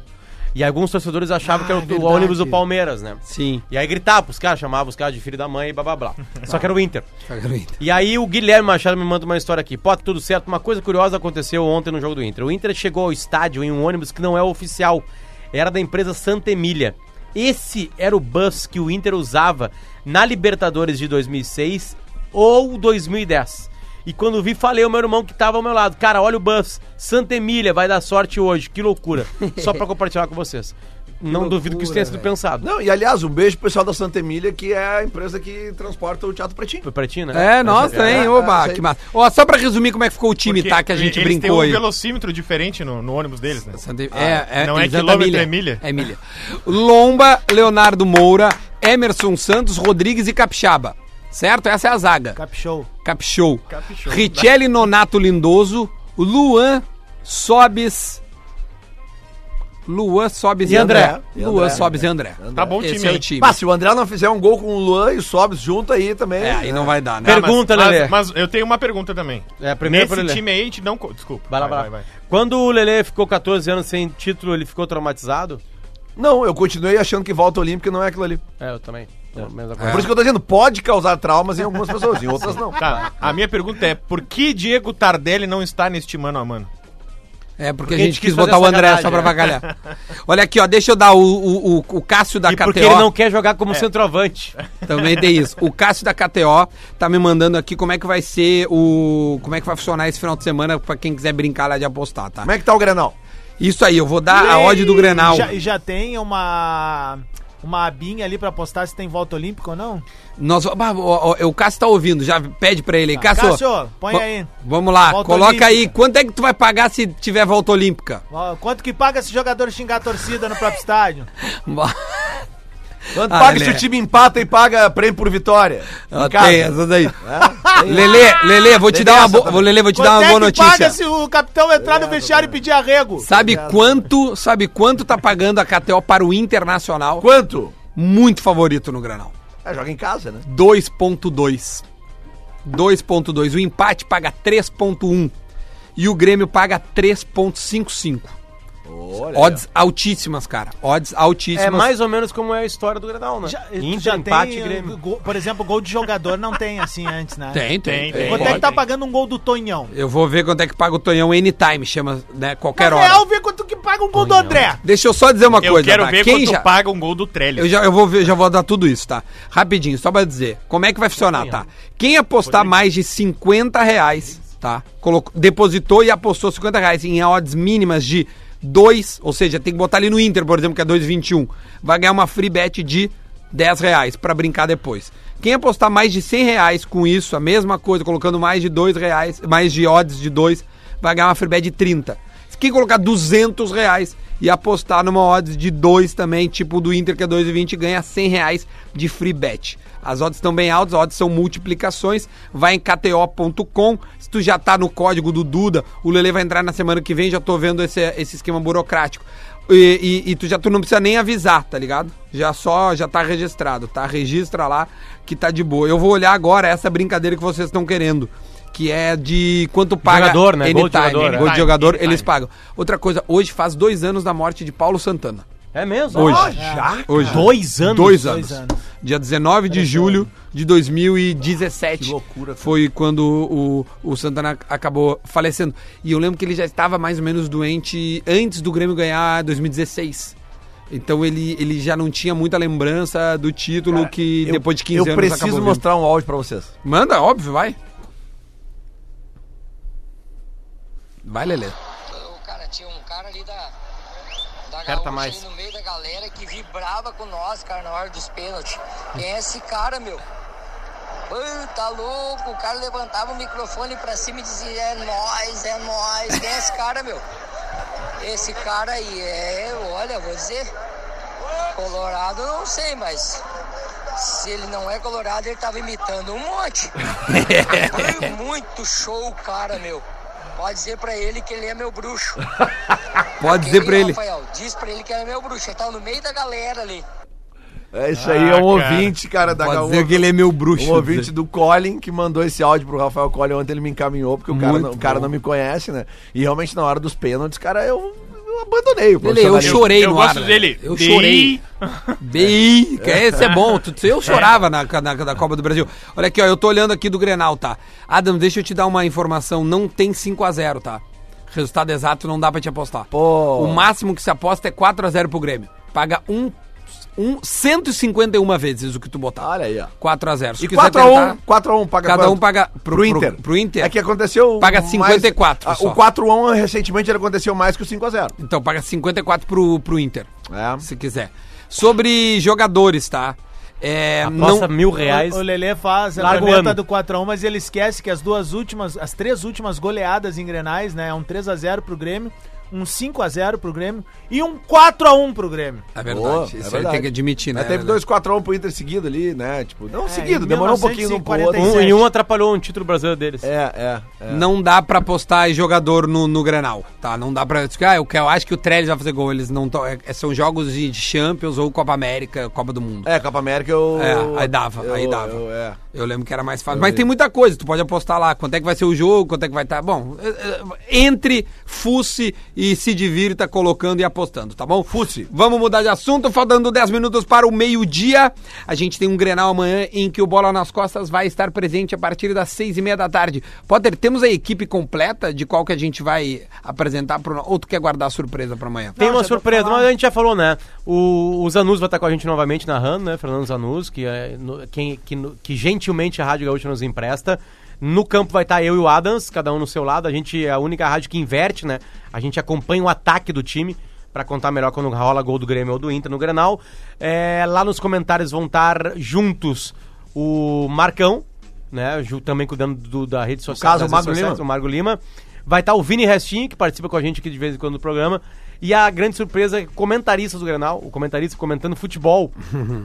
C: E alguns torcedores achavam que era o- o
A: Ah, é
C: ônibus do Palmeiras, né?
A: Sim.
C: E aí gritava pros caras, chamava os caras de filho da mãe e blá blá blá. Só que era o Inter.
A: Tá
C: E aí o Guilherme Machado me manda uma história aqui. Pô, tudo certo. Uma coisa curiosa aconteceu ontem no jogo do Inter. O Inter chegou ao estádio em um ônibus que não é oficial. Era da empresa Santa Emília. Esse era o bus que o Inter usava na Libertadores de 2006 ou 2010. E quando vi, falei ao meu irmão que tava ao meu lado. Cara, olha o bus. Santa Emília vai dar sorte hoje. Que loucura. Só pra compartilhar com vocês. Não duvido que isso tenha sido pensado.
D: Não, e aliás, um beijo pro pessoal da Santa Emília, que é a empresa que transporta o Teatro Pretinho.
C: Foi pra ti, né?
A: É, nossa, hein? Oba,
D: sei.
A: que massa. Ó, só pra resumir como é que ficou o time, tá? Que a gente
F: eles
A: brincou
F: têm um
A: aí.
F: velocímetro diferente no, no ônibus deles, né?
A: Santa- é, é,
F: não é
A: exata
F: quilômetro, é milha?
A: É milha. Lomba, Leonardo Moura, Emerson Santos, Rodrigues e Capixaba. Certo? Essa é a zaga.
E: Capshow.
A: Capixou.
F: Capixou.
A: Richelli Nonato Lindoso, Luan Sobis Luan, Sobes e,
C: E
A: André.
C: André.
D: E
A: Luan,
D: André,
A: Sobes e André.
F: Tá bom
A: Esse
F: time,
A: é o
F: hein?
A: time.
D: Mas se o André não fizer um gol com o Luan e o Sobs junto aí também.
A: É, aí não vai dar, né?
C: Pergunta.
F: mas,
C: Lelê.
F: Mas, mas eu tenho uma pergunta também.
C: É, primeiro pro
F: Nesse
C: Lelê.
F: time aí, a gente não... co- Desculpa.
C: Vai lá, vai, lá. Quando o Lelê ficou 14 anos sem título, ele ficou traumatizado?
D: Não, eu continuei achando que volta olímpica não é aquilo ali.
C: É, eu também. Tô a mesma
D: Por
A: É.
C: coisa.
D: isso que eu tô dizendo, pode causar traumas em algumas pessoas, em outras
A: *laughs*
D: não.
F: Tá, a minha pergunta é, por que Diego Tardelli não está neste mano a mano?
A: É, porque, a gente quis botar o André só pra vagalhar. Olha aqui, ó, deixa eu dar o, o, o, o Cássio da
C: E
A: KTO.
C: porque ele não quer jogar como centroavante.
A: Também tem isso. O Cássio da KTO tá me mandando aqui como é que vai ser o. Como é que vai funcionar esse final de semana pra quem quiser brincar lá de apostar, tá?
D: Como é que tá o Grenal?
A: Isso aí, eu vou dar a odd do Grenal.
E: Já, e já tem uma, uma abinha ali pra postar se tem volta olímpica ou não?
A: Nós, bah, ó, ó, o Cássio tá ouvindo, já pede pra ele aí. Cássio,
E: Tá. Cássio, põe
A: va-
E: aí.
A: Vamos lá,
E: Volta
A: coloca aí.
E: Olímpica.
A: Quanto é que tu vai pagar se tiver volta olímpica?
E: Ó, Quanto que paga esse jogador xingar a torcida no próprio estádio?
D: Quando
A: Ah,
D: paga se
A: Lelé.
D: o time empata e paga prêmio por vitória?
A: *laughs* Ó,
D: Em casa.
A: tem essas aí.
D: É, tem.
A: Lelê, Lelê, vou te
D: Lelê
A: dar uma
D: essa
A: boa,
D: também.
A: Lelê, vou te dar
E: Quanto
A: uma
E: é
A: boa
E: que
A: notícia.
E: paga se o capitão entrar no vestiário e pedir arrego?
A: Sabe quanto, sabe quanto tá pagando a KTO para o Internacional?
D: Quanto?
A: Muito favorito no Granal.
D: É, joga em casa, né?
A: 2.2. 2.2. O empate paga 3.1 e o Grêmio paga 3.55.
D: Olha.
A: Odds altíssimas, cara. Odds altíssimas.
C: É mais ou menos como é a história do Grenal, né?
E: Já, eh,
C: Inter,
E: já
C: empate,
E: tem,
C: Grêmio.
E: gol- por exemplo, gol de jogador não tem assim antes, né?
A: Tem, tem.
F: Tem,
A: tem.
F: tem.
E: Quanto é que tá
F: Pode.
E: pagando um gol do Tonhão?
A: Eu vou ver quanto é que paga o Tonhão anytime, chama, né? Qualquer
E: Na
A: hora.
E: real, vê quanto que paga um gol do André.
A: Deixa eu só dizer uma
F: Eu
A: coisa.
F: quero
A: tá?
F: ver
A: Quem
F: quanto
A: já...
F: paga um gol do Trellis.
A: Eu já eu vou ver, já vou dar tudo isso, tá? Rapidinho, só pra dizer. Como é que vai funcionar, tá? Quem apostar mais de 50 reais, tá? Colocou, depositou e apostou 50 reais em odds mínimas de 2, ou seja, tem que botar ali no Inter, por exemplo, que é 2,21. Vai ganhar uma free bet de 10 reais pra brincar depois. Quem apostar mais de 100 reais com isso, a mesma coisa, colocando mais de 2 reais, mais de odds de 2, vai ganhar uma free bet de 30. Se quem colocar 200 reais e apostar numa odds de 2 também, tipo do Inter que é 2,20, ganha 100 reais de free bet. As odds estão bem altas, as odds são multiplicações. Vai em kto.com. Se tu já tá no código do Duda, o Lele vai entrar na semana que vem, já tô vendo esse, esse esquema burocrático. E, e- e tu já tu não precisa nem avisar, tá ligado? Já só já tá registrado, tá? Registra lá que tá de boa. Eu vou olhar agora essa brincadeira que vocês estão querendo, que é de quanto paga
C: Jogador, né? Gol de
A: anytime,
C: jogador,
A: gol
F: é.
A: de jogador,
F: Anytime.
A: eles pagam. Outra coisa, hoje faz dois anos da morte de Paulo Santana.
C: É mesmo?
A: Hoje.
C: Ah,
D: Já?
A: Hoje.
C: Dois anos?
A: Dois anos.
E: Dois anos.
A: Dia 19 de julho de 2017.
D: Que loucura, cara.
A: Foi quando o, o Santana acabou falecendo. E eu lembro que ele já estava mais ou menos doente antes do Grêmio ganhar 2016. Então ele, ele já não tinha muita lembrança do título que
D: Eu-
A: depois de 15 anos
D: Eu
A: acabou
D: preciso
A: vindo.
D: mostrar um áudio pra vocês.
A: Manda, óbvio, vai. Vai, Lelê.
G: O cara tinha um cara ali da. Da
C: Aperta
G: gaúcha
C: mais.
G: ali no meio da galera que vibrava com nós, cara, na hora dos pênaltis. Quem é esse cara, meu? Ah, tá louco, o cara levantava o microfone pra cima e dizia, é nóis, é nóis, quem é esse cara, meu? Esse cara aí é, olha, vou dizer, colorado eu não sei, mas se ele não é colorado, ele tava imitando um
A: *laughs*
G: monte. Foi muito show, o cara, meu. Pode dizer pra ele que ele é meu bruxo.
A: Pode dizer pra ele.
G: Rafael, diz pra ele que ele é meu bruxo, ele tá no meio da galera ali.
D: É, isso aí é um
F: Ah, cara.
D: ouvinte, cara, da
A: Pode
D: Gaúcha.
A: dizer que ele é meu bruxo.
D: Um ouvinte do Colin que mandou esse áudio pro Rafael Colin ontem, ele me encaminhou, porque o cara,
A: Muito
D: não, o cara
A: bom.
D: não me conhece, né? E realmente na hora dos pênaltis, cara, eu, eu abandonei o
A: Lelê, eu
D: profissionalismo.
A: chorei
F: eu
A: no
F: gosto
A: ar.
F: dele.
A: Lelê. Eu
F: Dei-
A: chorei. Bem, que esse é bom. Tu-
D: *laughs*
A: Eu chorava na, na, na Copa do Brasil. Olha aqui, ó, eu tô olhando aqui do Grenal, tá? Adam, deixa eu te dar uma informação. Não tem 5x0, tá? Resultado exato não dá pra te apostar.
D: Pô.
A: O máximo que se aposta é 4x0 pro Grêmio. Paga um, um, 151 vezes o que tu botar.
D: Olha aí, ó.
A: 4x0. Se
D: E
A: tu quiser
D: 4x1,
A: tentar,
D: 4x1 paga
A: Cada
D: quanto?
A: um paga pro-
D: pro,
A: pro-
D: Inter.
A: pro Inter.
D: É que aconteceu.
A: Paga
D: mais-
A: 54
D: Ah,
A: só.
D: o 4x1 recentemente ele aconteceu mais que o 5x0.
A: Então, paga 54 pro, pro Inter.
D: É.
A: Se quiser. Sobre jogadores, tá? É,
C: Aposta mil reais.
E: O, o Lelê faz a
C: Larga o
E: corneta
C: ano.
E: do 4x1, mas um ele esquece que as duas últimas, as três últimas goleadas em Grenais, né? É um 3x0 pro Grêmio, um 5x0 pro Grêmio e um 4x1 pro Grêmio.
A: É
D: Boa,
A: verdade.
D: é
A: Isso aí
D: verdade.
A: tem que admitir, né?
D: Mas teve
A: Lelê?
D: dois 4x1 pro Inter seguido ali, né? Tipo, não
E: É,
D: seguido,
E: em
D: demorou um pouquinho um pro outro.
E: 1947.
C: Um, e um atrapalhou um título brasileiro deles.
D: É, é, é.
A: Não dá pra postar jogador no, no Grenal, tá? Não dá pra... Ah, eu, que- eu acho que o Trellis vai fazer gol. Eles não tão- é- são jogos de, de Champions ou Copa América, Copa do Mundo.
D: É, Copa América eu.
A: É, aí dava, aí
D: eu-
A: dava.
D: eu- é.
A: Eu lembro que era mais fácil. Mas tem muita coisa, tu pode apostar lá quanto é que vai ser o jogo, quanto é que vai estar. Bom, é, é, entre, fusse e se divirta colocando e apostando, tá bom? Fusse. Vamos mudar de assunto, faltando 10 minutos para o meio-dia. A gente tem um Grenal amanhã em que o Bola nas Costas vai estar presente a partir das seis e meia da tarde. Potter, temos a equipe completa de qual que a gente vai apresentar pro... ou tu quer guardar a surpresa para amanhã?
C: Tem
E: Não,
C: uma
E: já tô
C: surpresa,
E: falando.
C: mas a gente já falou, né? O, o Zanus vai estar com a gente novamente narrando, né? Fernando Zanus, que, é, no- quem, que, no- que gentilmente a Rádio Gaúcha nos empresta. No campo vai estar eu e o Adams, cada um no seu lado. A gente é a única rádio que inverte, né? A gente acompanha o ataque do time pra contar melhor quando rola gol do Grêmio ou do Inter no Grenal. É, lá nos comentários vão estar juntos o Marcão, né? Ju- Também cuidando do- da rede social.
D: caso,
C: das
D: o Magro
C: redes sociais,
D: Lima.
C: o Margo Lima. Vai estar o Vini Restinho, que participa com a gente aqui de vez em quando do programa. E a grande surpresa, comentarista do Granal, o comentarista comentando futebol,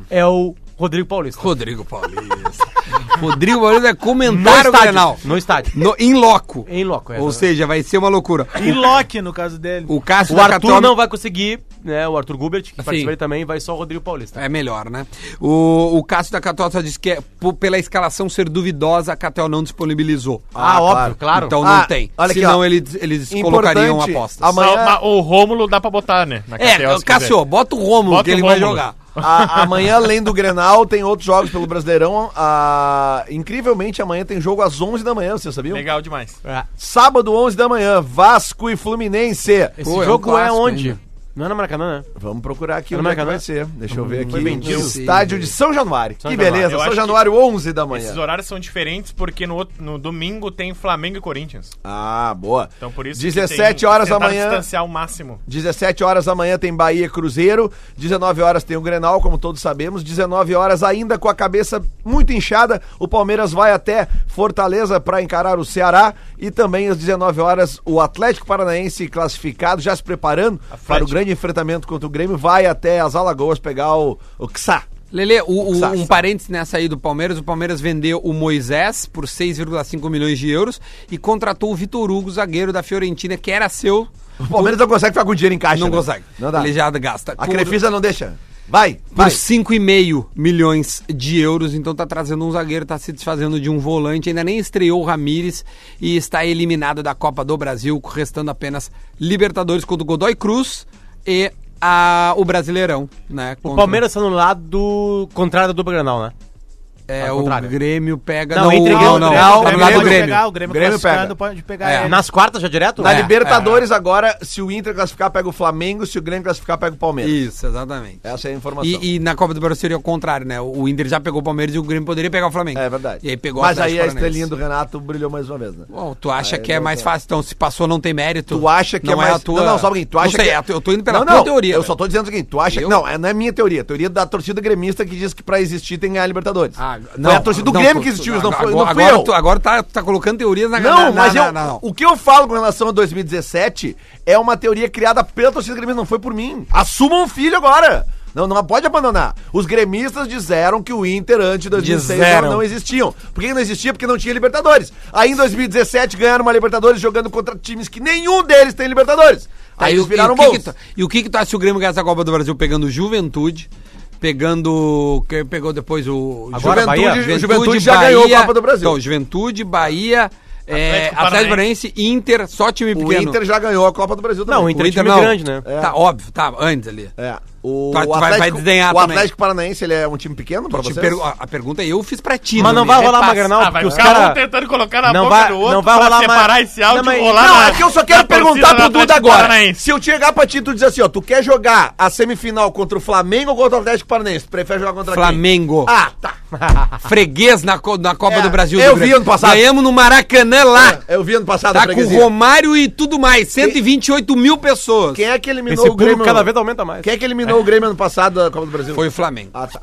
C: é o Rodrigo Paulista.
A: Rodrigo Paulista. *laughs* Rodrigo Paulista é
C: No
A: comentar o
C: estádio.
A: Grenal.
C: No estádio.
A: No, em loco.
C: Em loco. é.
A: Ou seja, vai ser uma loucura.
E: E Loki, no caso dele.
A: O Cássio
C: o
A: da
C: Arthur
A: Católica-
C: não vai conseguir, né? O Arthur Gubert, que
A: Sim.
C: participa ele também, vai só o Rodrigo Paulista.
A: É melhor, né? O, o Cássio da Católica disse que é, po- pela escalação ser duvidosa, a Catel não disponibilizou.
C: Ah, óbvio, claro.
A: Então
D: Ah,
A: não tem.
D: olha aqui,
A: Senão
D: ó.
A: eles, eles
D: Importante,
A: colocariam apostas.
D: amanhã-
F: Só- mas o Rômulo dá pra botar, né? Na
A: É,
F: KTO, se
A: Cássio,
F: quiser.
A: bota o Rômulo
F: Bota
A: que
F: o
A: ele vai
F: Rômulo.
A: jogar.
D: A- amanhã, além do Grenal, tem outros jogos pelo Brasileirão. Ah, incrivelmente, amanhã tem jogo às 11 da manhã, vocês sabiam?
F: Legal demais.
C: É.
D: Sábado, 11 da manhã, Vasco e Fluminense.
C: Esse
A: Pô, é um
C: jogo é,
A: clássico
C: onde?
A: ainda.
C: Não é na Maracanã, né?
D: Vamos procurar aqui
C: No
D: onde é que
C: Maracanã?
D: vai ser. Deixa eu ver aqui.
A: Foi vendido.
D: No estádio de São Januário.
C: São
D: que
C: Januário.
D: beleza,
F: Eu
D: São
F: acho
D: Januário, 11 da manhã.
F: Esses horários são diferentes porque no, outro- no domingo tem Flamengo e Corinthians.
D: Ah, boa.
F: Então por isso que
D: 17
F: tem-
D: horas da
F: tentar
D: manhã.
F: distanciar o máximo.
D: 17 horas da manhã tem Bahia e Cruzeiro, 19 horas tem o Grenal, como todos sabemos, 19 horas ainda com a cabeça muito inchada, o Palmeiras vai até Fortaleza para encarar o Ceará e também às 19 horas o Atlético Paranaense classificado, já se preparando para o grande enfrentamento contra o Grêmio, vai até as Alagoas pegar o, o Xá.
A: Lele, o- o-
D: Sácio.
A: um parênteses nessa aí do Palmeiras. O Palmeiras vendeu o Moisés por 6,5 milhões de euros e contratou o Vitor Hugo, zagueiro da Fiorentina, que era seu.
D: O Palmeiras não consegue ficar com dinheiro em caixa.
A: Não
D: né?
A: consegue.
D: Não dá.
A: Ele já gasta.
D: A
A: Por-
D: Crefisa não deixa. Vai,
A: por
D: vai.
A: 5,5 milhões de euros. Então tá trazendo um zagueiro, tá se desfazendo de um volante, ainda nem estreou o Ramires e está eliminado da Copa do Brasil, restando apenas Libertadores contra o Godoy Cruz e a- o Brasileirão, né?
C: O
A: contra-
C: Palmeiras está no lado contrário do Granal, né?
A: é
C: ao
A: o
C: contrário.
A: Grêmio pega
C: Não, entre
A: o- não,
C: Grêmio e
A: não,
C: Grêmio,
A: tá
E: Grêmio
A: no lado do
E: pode
A: Grêmio.
E: pegar, o Grêmio,
D: Grêmio
E: classificado
D: pega.
E: pode pegar
A: É.
E: ele.
C: Nas quartas já direto?
D: Na
A: É,
D: Libertadores agora, se o Inter classificar, pega o Flamengo, se o Grêmio classificar, pega o Palmeiras.
A: Isso, exatamente.
D: Essa é a informação.
A: E, e na Copa do Brasil seria o contrário, né? O Inter já pegou o Palmeiras e o Grêmio poderia pegar o Flamengo.
D: É verdade.
A: E aí pegou o
D: Mas aí
A: Atlético
D: a
A: Paranaense.
D: estrelinha do Renato brilhou mais uma vez, né?
A: Bom, tu acha
D: Aí
A: que é
D: não
A: mais
D: dá.
A: fácil, então se passou não tem mérito.
D: Tu acha que
A: não
D: é mais...
A: a tua...
D: Não, não, só um pouquinho. Tu acha
A: sei,
D: que...
A: eu tô indo pela
D: não,
A: tua
D: não,
A: teoria.
D: Eu
A: velho.
D: só tô dizendo o seguinte, tu acha...
A: Eu?
D: Não, é- não é minha teoria. A teoria da torcida gremista que diz que pra existir tem que ganhar a Libertadores.
A: Ah,
D: foi a torcida do
A: não,
D: Grêmio
A: tu-
D: que existiu,
A: tu-
D: isso não foi,
A: agora,
D: não fui
A: agora
D: eu.
A: tu- agora tá, tu tá colocando teorias na
D: Não,
A: na-
D: mas
A: na-
D: eu,
A: na- não.
D: o que eu falo com relação a 2017 é uma teoria criada pela torcida gremista, não foi por mim. Assumam o filho agora. Não, não pode abandonar. Os gremistas disseram que o Inter antes de 2006 não,
A: Disseram.
D: não existiam. Por que não existia? Porque não tinha Libertadores. Aí em 2017 ganharam uma Libertadores jogando contra times que nenhum deles tem Libertadores.
A: Tá,
D: Aí
A: e, o,
D: eles
A: e,
D: viraram
A: o que que
D: bons.
A: tu, e o que que tu acha se o Grêmio ganhar essa Copa do Brasil pegando Juventude, pegando que pegou depois o
C: Agora, Bahia?
A: Juventude,
D: Juventude
A: já
D: já
A: Bahia,
D: ganhou a Copa do Brasil.
A: Então, Juventude, Bahia, é,
F: Atlético
A: Atlético Paranaense, Inter, só time
D: O
A: pequeno.
D: Inter já ganhou a Copa do Brasil também.
C: Não, o Inter é time grande, né?
A: Tá óbvio, tá antes ali.
D: É. O,
A: Tá, tu vai- vai
D: Atlético,
A: desenhar
D: o
A: também.
D: Atlético Paranaense ele é um time pequeno pra
A: Te
D: vocês?
A: pergu- a, a pergunta é eu fiz pra ti,
C: Mas não
A: Nani,
C: vai rolar
A: repassa.
C: uma Grenal,
F: Ah, vai
C: porque os
F: ficar um
C: caras...
F: tentando colocar na
C: Não
F: boca
C: vai-
F: do outro
C: não vai
F: pra
C: rolar
F: separar
C: mais-
F: esse áudio
C: Não, mas-
F: e rolar
D: Não,
F: na-
D: é que eu só
F: na
D: quero perguntar
F: torcida
D: pro
F: do
D: Duda
F: Atlético
D: agora.
F: Paranaense.
D: Se eu chegar pra ti, tu diz assim, ó, tu quer jogar a semifinal contra o Flamengo ou contra o Atlético Paranaense? Tu prefere jogar contra
A: Flamengo.
D: quem? Ah, tá.
A: Freguês na, co- na Copa
D: É,
A: do Brasil.
D: eu
A: do
D: vi
A: Grêmio.
D: ano passado.
A: Ganhamos no Maracanã lá.
D: *laughs* Eu vi ano passado
A: Ah,
D: a
A: Tá com o
D: freguesia.
A: Romário e tudo mais. 128 mil pessoas.
D: Quem é que eliminou
C: Esse
D: o
C: público
D: Grêmio?
C: cada vez aumenta mais.
D: Quem é que eliminou o Grêmio ano passado da Copa do Brasil?
A: Foi o Flamengo.
D: Ah, tá.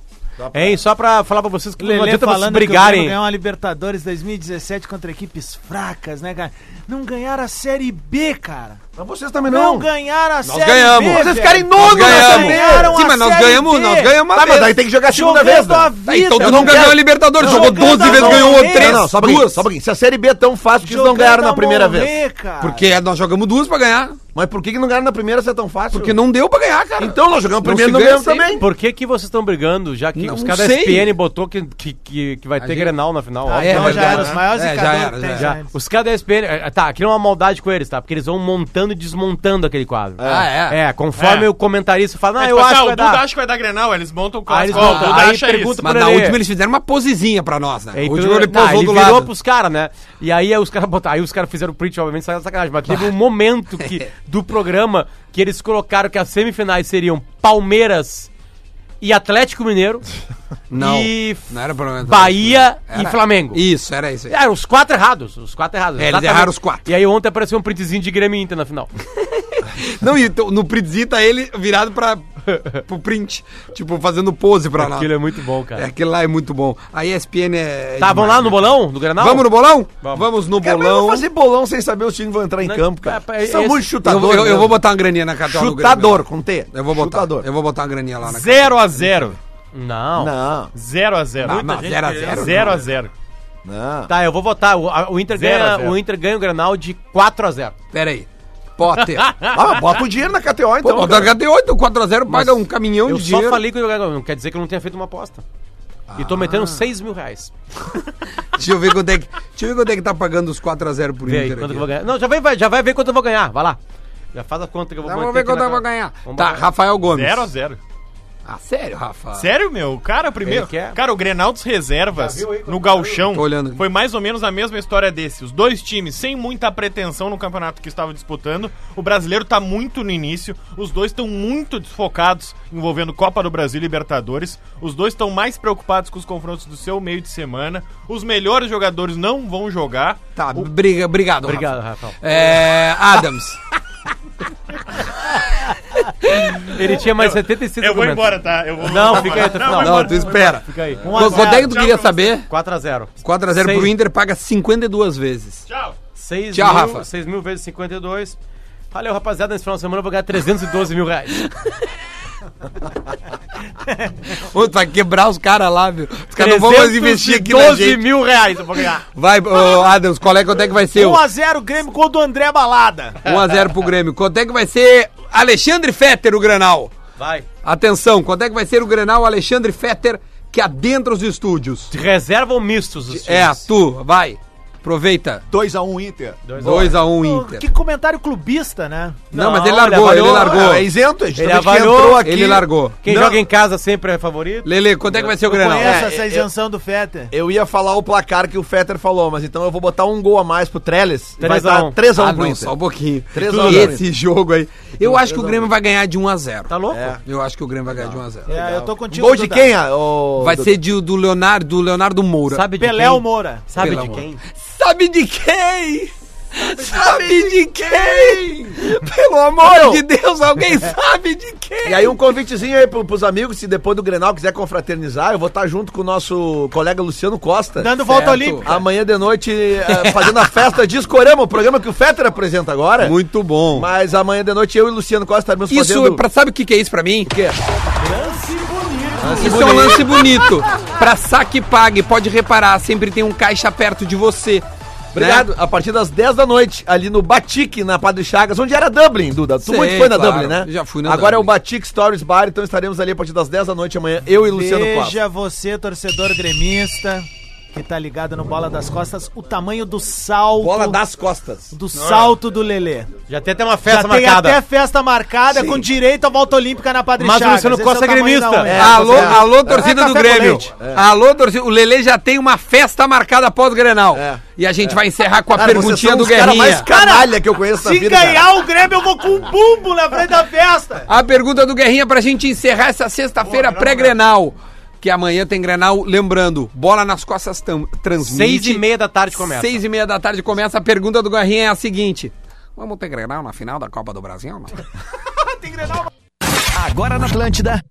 C: Hein, só pra falar pra vocês que não
E: Lelê
C: adianta vocês
E: falando que o Grêmio
C: brigarem.
E: ganhou a Libertadores 2017 contra equipes fracas, né, cara? Não ganharam a Série B, cara.
D: Mas vocês também
E: Não
D: não.
E: ganharam a série
A: ganhamos.
E: B,
A: Vocês
D: Vocês
E: velho.
D: ficarem nono
A: Nós
D: nessa
A: ganhamos.
D: vez.
E: ganharam
A: Sim,
E: a
A: mas nós
E: Série
A: ganhamos,
E: B.
A: nós ganhamos uma
D: Tá, mas
A: vez.
D: daí tem que jogar a segunda
E: Jogando
D: vez, né?
E: a
A: Tá, então tu
E: vida,
A: não
E: velho.
A: ganhou a Libertadores,
E: Não,
A: jogou
E: jogando
A: 12
E: a
A: vezes,
E: morrer.
A: ganhou
D: Não,
A: três,
D: não, só um pouquinho,
A: duas.
D: só um pouquinho. Se a Série B é tão fácil, que eles não
E: Jogando
D: ganharam na
E: a
D: primeira vez.
E: morrer, cara.
A: Porque nós jogamos duas pra ganhar.
D: Mas por que, que não ganharam na primeira se é tão fácil?
A: Porque não deu pra ganhar, cara.
D: Então nós jogamos
A: Não
D: primeiro
A: se
D: no
A: ganha
D: mesmo
A: sempre.
D: também.
C: Por que, que vocês estão brigando, já que
A: Não
C: os caras da
A: sei.
C: SPN botou que, que, que, que vai ter
A: gente-
C: Grenal na final?
E: Ah,
C: ó.
A: é,
E: então já
A: verdade,
E: era os
A: né?
E: maiores
A: É, já
E: zicadores
A: era,
E: que tem,
A: já
E: já.
A: era.
C: Os caras da SPN. eh, Tá, aqui é uma maldade com eles, tá? Porque eles vão montando e desmontando aquele quadro.
A: Ah, é?
C: É, conforme
F: É.
C: o comentarista fala,
F: É,
C: ah,
F: tipo
C: eu
F: assim,
C: acho
F: ah,
C: que
F: o
C: vai
F: Duda
C: dar.
F: acha que vai dar Grenal, eles montam o
C: Aí eles
F: clássico. Ó, o
C: montam.
F: Duda
C: Aí
F: acha
C: pergunta
F: isso.
A: Mas
C: pro
A: na
C: Lelê.
A: última eles fizeram uma posezinha pra nós, né?
C: É,
A: O
C: então,
A: último ele
C: não,
A: posou
C: ele
A: do
C: virou
A: lado.
C: pros caras, né? E aí os caras botaram, aí os caras fizeram o print, obviamente, saiu de sacanagem.
A: *laughs*
C: Mas teve um momento que, do programa que eles colocaram que as semifinais seriam Palmeiras e Atlético Mineiro,
A: Não,
C: E-
A: não era problema.
C: Bahia e
A: Era-
C: Flamengo. Ah.
A: Isso, era isso aí.
C: Eram É, os quatro errados, os quatro errados.
A: É, eles
C: exatamente.
A: erraram os quatro.
C: E aí ontem apareceu um printzinho de Grêmio e Inter na final.
A: Não, e t- no printzinho tá ele virado
C: *laughs*
A: pra, pro print. Tipo, fazendo pose *laughs* pra lá.
C: Aquilo é muito bom,
A: É,
C: cara.
A: aquilo lá é muito bom. A ESPN é.
C: tá, vamos
A: demais,
C: lá no
A: né?
C: bolão, no Granal?
A: Vamos no bolão? Vamos,
C: Vamos.
A: no
D: Cara, mas eu
A: bolão.
D: vou É fazer bolão sem saber os times vão entrar em
C: Não,
D: campo, cara.
C: é, é,
D: São
C: esse-
D: muito
A: Eu,
D: chutador. né?
A: vou- eu, eu vou botar uma graninha na cartola do Grêmio.
D: Chutador, com T.
A: Eu vou botar.
D: Chutador.
A: Eu vou botar uma graninha lá na
F: 0x0.
C: Não.
D: Não,
F: 0x0.
A: Ah, não, né? 0x0.
F: 0x0.
D: não.
C: Tá, eu vou votar. O, a- o Inter
F: Zero a
C: ganha,
F: zero.
C: o Inter ganha o Granal de 4 a 0.
A: Pera aí.
C: *laughs*
A: Potter.
D: Ah, mas bota o dinheiro na KTO,
A: Pô,
D: então.
A: o
D: cara.
A: HT8, 4x0, paga um caminhão
C: Eu
A: de
C: só
A: dinheiro. Ah.
C: falei que eu ganhava, não quer dizer que eu não tenha feito uma aposta. E tô metendo 6 mil reais.
A: Deixa eu ver quanto é que, deixa eu ver quanto é que tá pagando os 4x0 pro
C: Vê aí
A: Inter.
C: quanto que
A: aqui.
C: eu vou ganhar. Não, já, vai, vai- já vai ver quanto eu vou ganhar. Vai lá. Já faz a conta que eu vou
A: Tá,
C: meter
A: vamos ver
C: aqui
A: quanto
C: na
A: eu vou
C: conta.
A: ganhar.
C: Vamos
A: Tá,
C: lá.
A: Rafael Gomes.
F: 0x0.
A: Ah, sério, Rafa?
F: Sério, meu? O cara primeiro.
C: Ele quer.
F: Cara, o Grenal dos Reservas,
C: Já viu aí como
F: no
C: tá, viu?
F: Galchão,
A: Tô olhando aqui.
F: foi mais ou menos a mesma história desse. Os dois times sem muita pretensão no campeonato que estavam disputando. O brasileiro tá muito no início. Os dois estão muito desfocados envolvendo Copa do Brasil e Libertadores. Os dois estão mais preocupados com os confrontos do seu meio de semana. Os melhores jogadores não vão jogar.
A: Tá, briga, obrigado,
C: Obrigado, Tá
A: Rafa.
C: Rafael.
A: É,
C: *laughs*
A: Adams.
C: Ele tinha mais 75
F: Eu vou
C: argumentos.
F: embora, tá? Eu vou
C: Não, fica aí até o final.
A: Não, tu espera.
C: tá Fica aí.
A: Qu- Quanto é que tu
F: Tchau
A: queria
F: pra
A: saber?
C: 4 a 0.
A: 4x0 pro
C: Seis.
A: Inter paga 52 vezes.
F: Tchau.
C: 6
A: Tchau,
C: mil,
A: Rafa.
C: 6 mil vezes 52. Valeu, rapaziada. Nesse final de semana eu vou ganhar 312 mil reais.
A: Ô, tu vai quebrar os caras lá, viu? Os caras não vão mais um investir aqui na
C: 312
A: gente.
C: mil reais eu vou ganhar.
A: Vai, ô, Adams, qual é, quanto é que vai
C: Um
A: ser?
E: 1x0 Grêmio, gol do André Balada.
A: 1x0 pro Grêmio. Quanto é que vai ser Alexandre Fetter, o Granal?
C: Vai.
A: Atenção, quanto é que vai ser o Grenal Alexandre Fetter que adentra os estúdios?
C: Reservam mistos os
A: É,
C: times.
A: tu, vai. Aproveita.
B: 2x1 Inter.
C: Dois a um.
A: 2x1
E: Pô,
A: Inter.
E: Que comentário clubista, né?
A: Não,
C: Não,
A: mas ele
C: ele
A: largou, um. ele,
C: avaliou,
A: largou.
D: É isento, é justamente quem
C: avaliou,
D: entrou aqui.
A: Ele largou.
C: Quem
D: Não.
C: joga em casa sempre é favorito.
A: Lele, quanto é que vai ser o Grenal?
E: Conheço
D: é,
E: essa
D: é,
E: isenção do Feta.
D: Eu ia falar o placar que o Fetter falou, mas então eu vou botar um gol a mais pro Trellis. e Vai
C: Três a
D: estar
C: um.
D: 3x1
A: Ah,
D: pro
A: não,
D: Inter.
A: só um pouquinho.
D: Três
A: Tudo
D: a um,
A: Esse jogo aí. Eu acho que o Grêmio vai ganhar de 1 a 0.
C: Tá louco?
D: É.
A: Eu acho que o Grêmio vai ganhar de 1 a 0.
E: É, eu tô contigo.
D: Gol de
E: Duda.
D: quem? ah, ô,
A: Vai
D: Duda?
A: ser de- do Leonardo, do Leonardo Moura.
C: Sabe de
E: Pelé
C: quem?
E: ou Moura?
C: Sabe
A: Pelo
C: de
A: amor.
C: quem?
A: Sabe de quem? Sabe de quem? Pelo amor de Deus,
D: *laughs*
A: alguém *laughs* sabe de quem?
D: E aí um convitezinho aí pro- pros amigos, se depois do Grenal quiser confraternizar, eu vou estar junto com o nosso colega Luciano Costa.
E: Dando volta
A: Certo.
E: olímpica.
D: Amanhã de noite, eh, fazendo a festa Discorama, o programa que o Fetter apresenta agora.
A: Muito bom.
D: Mas amanhã de noite eu e o Luciano Costa estaremos
A: Isso,
D: fazendo...
A: é pra, sabe o que, que é isso pra mim?
D: quê?
A: isso é um lance bonito. pra saque pague, pode reparar, sempre tem um caixa perto de você.
D: Obrigado.
A: Né?
D: A partir das 10 da noite, ali no Batik, na Padre Chagas, onde era Dublin, Duda. Tu
A: Sei,
D: muito foi na
A: claro.
D: Dublin, né?
A: Já fui na
D: Agora é o
A: Dublin.
D: Batik Stories Bar, então estaremos ali a partir das 10 da noite amanhã, eu e o Luciano Costa.
E: Veja você, torcedor gremista, que tá ligado no Bola das Costas, o tamanho do salto.
D: costas.
E: Do salto do Lelê.
C: Já tem até uma
E: Já
C: festa
E: tem
C: marcada.
E: até festa marcada com direito à volta olímpica na Padre
C: Mas o
E: Chagas.
C: Luciano
E: Esse
C: Costa é
E: o tamanho da
C: gremista.
E: onda.
D: É,
A: alô,
D: tá certo.
A: alô, torcida
D: É,
A: do
D: café com
A: Grêmio.
D: leite.
A: Alô, torcida. O Lele já tem uma festa marcada após o Grenal.
D: É.
A: E a gente vai encerrar com a
D: Cara,
A: perguntinha do
D: vocês são os cara mais
A: Guerrinha.
D: canalha que eu conheço na
E: Se
D: vida, cara.
E: ganhar o Grêmio, eu vou com um bumbo na frente da festa.
A: A pergunta do Guerrinha pra gente encerrar essa sexta-feira pré-Grenal. Que amanhã tem Grenal, lembrando, bola nas costas tam, transmite.
C: Seis e meia da tarde começa.
A: Seis e meia da tarde começa. A pergunta do Guerrinha é a seguinte. Vamos ter Grenal na final da Copa do Brasil? Não?
H: Agora na Atlântida,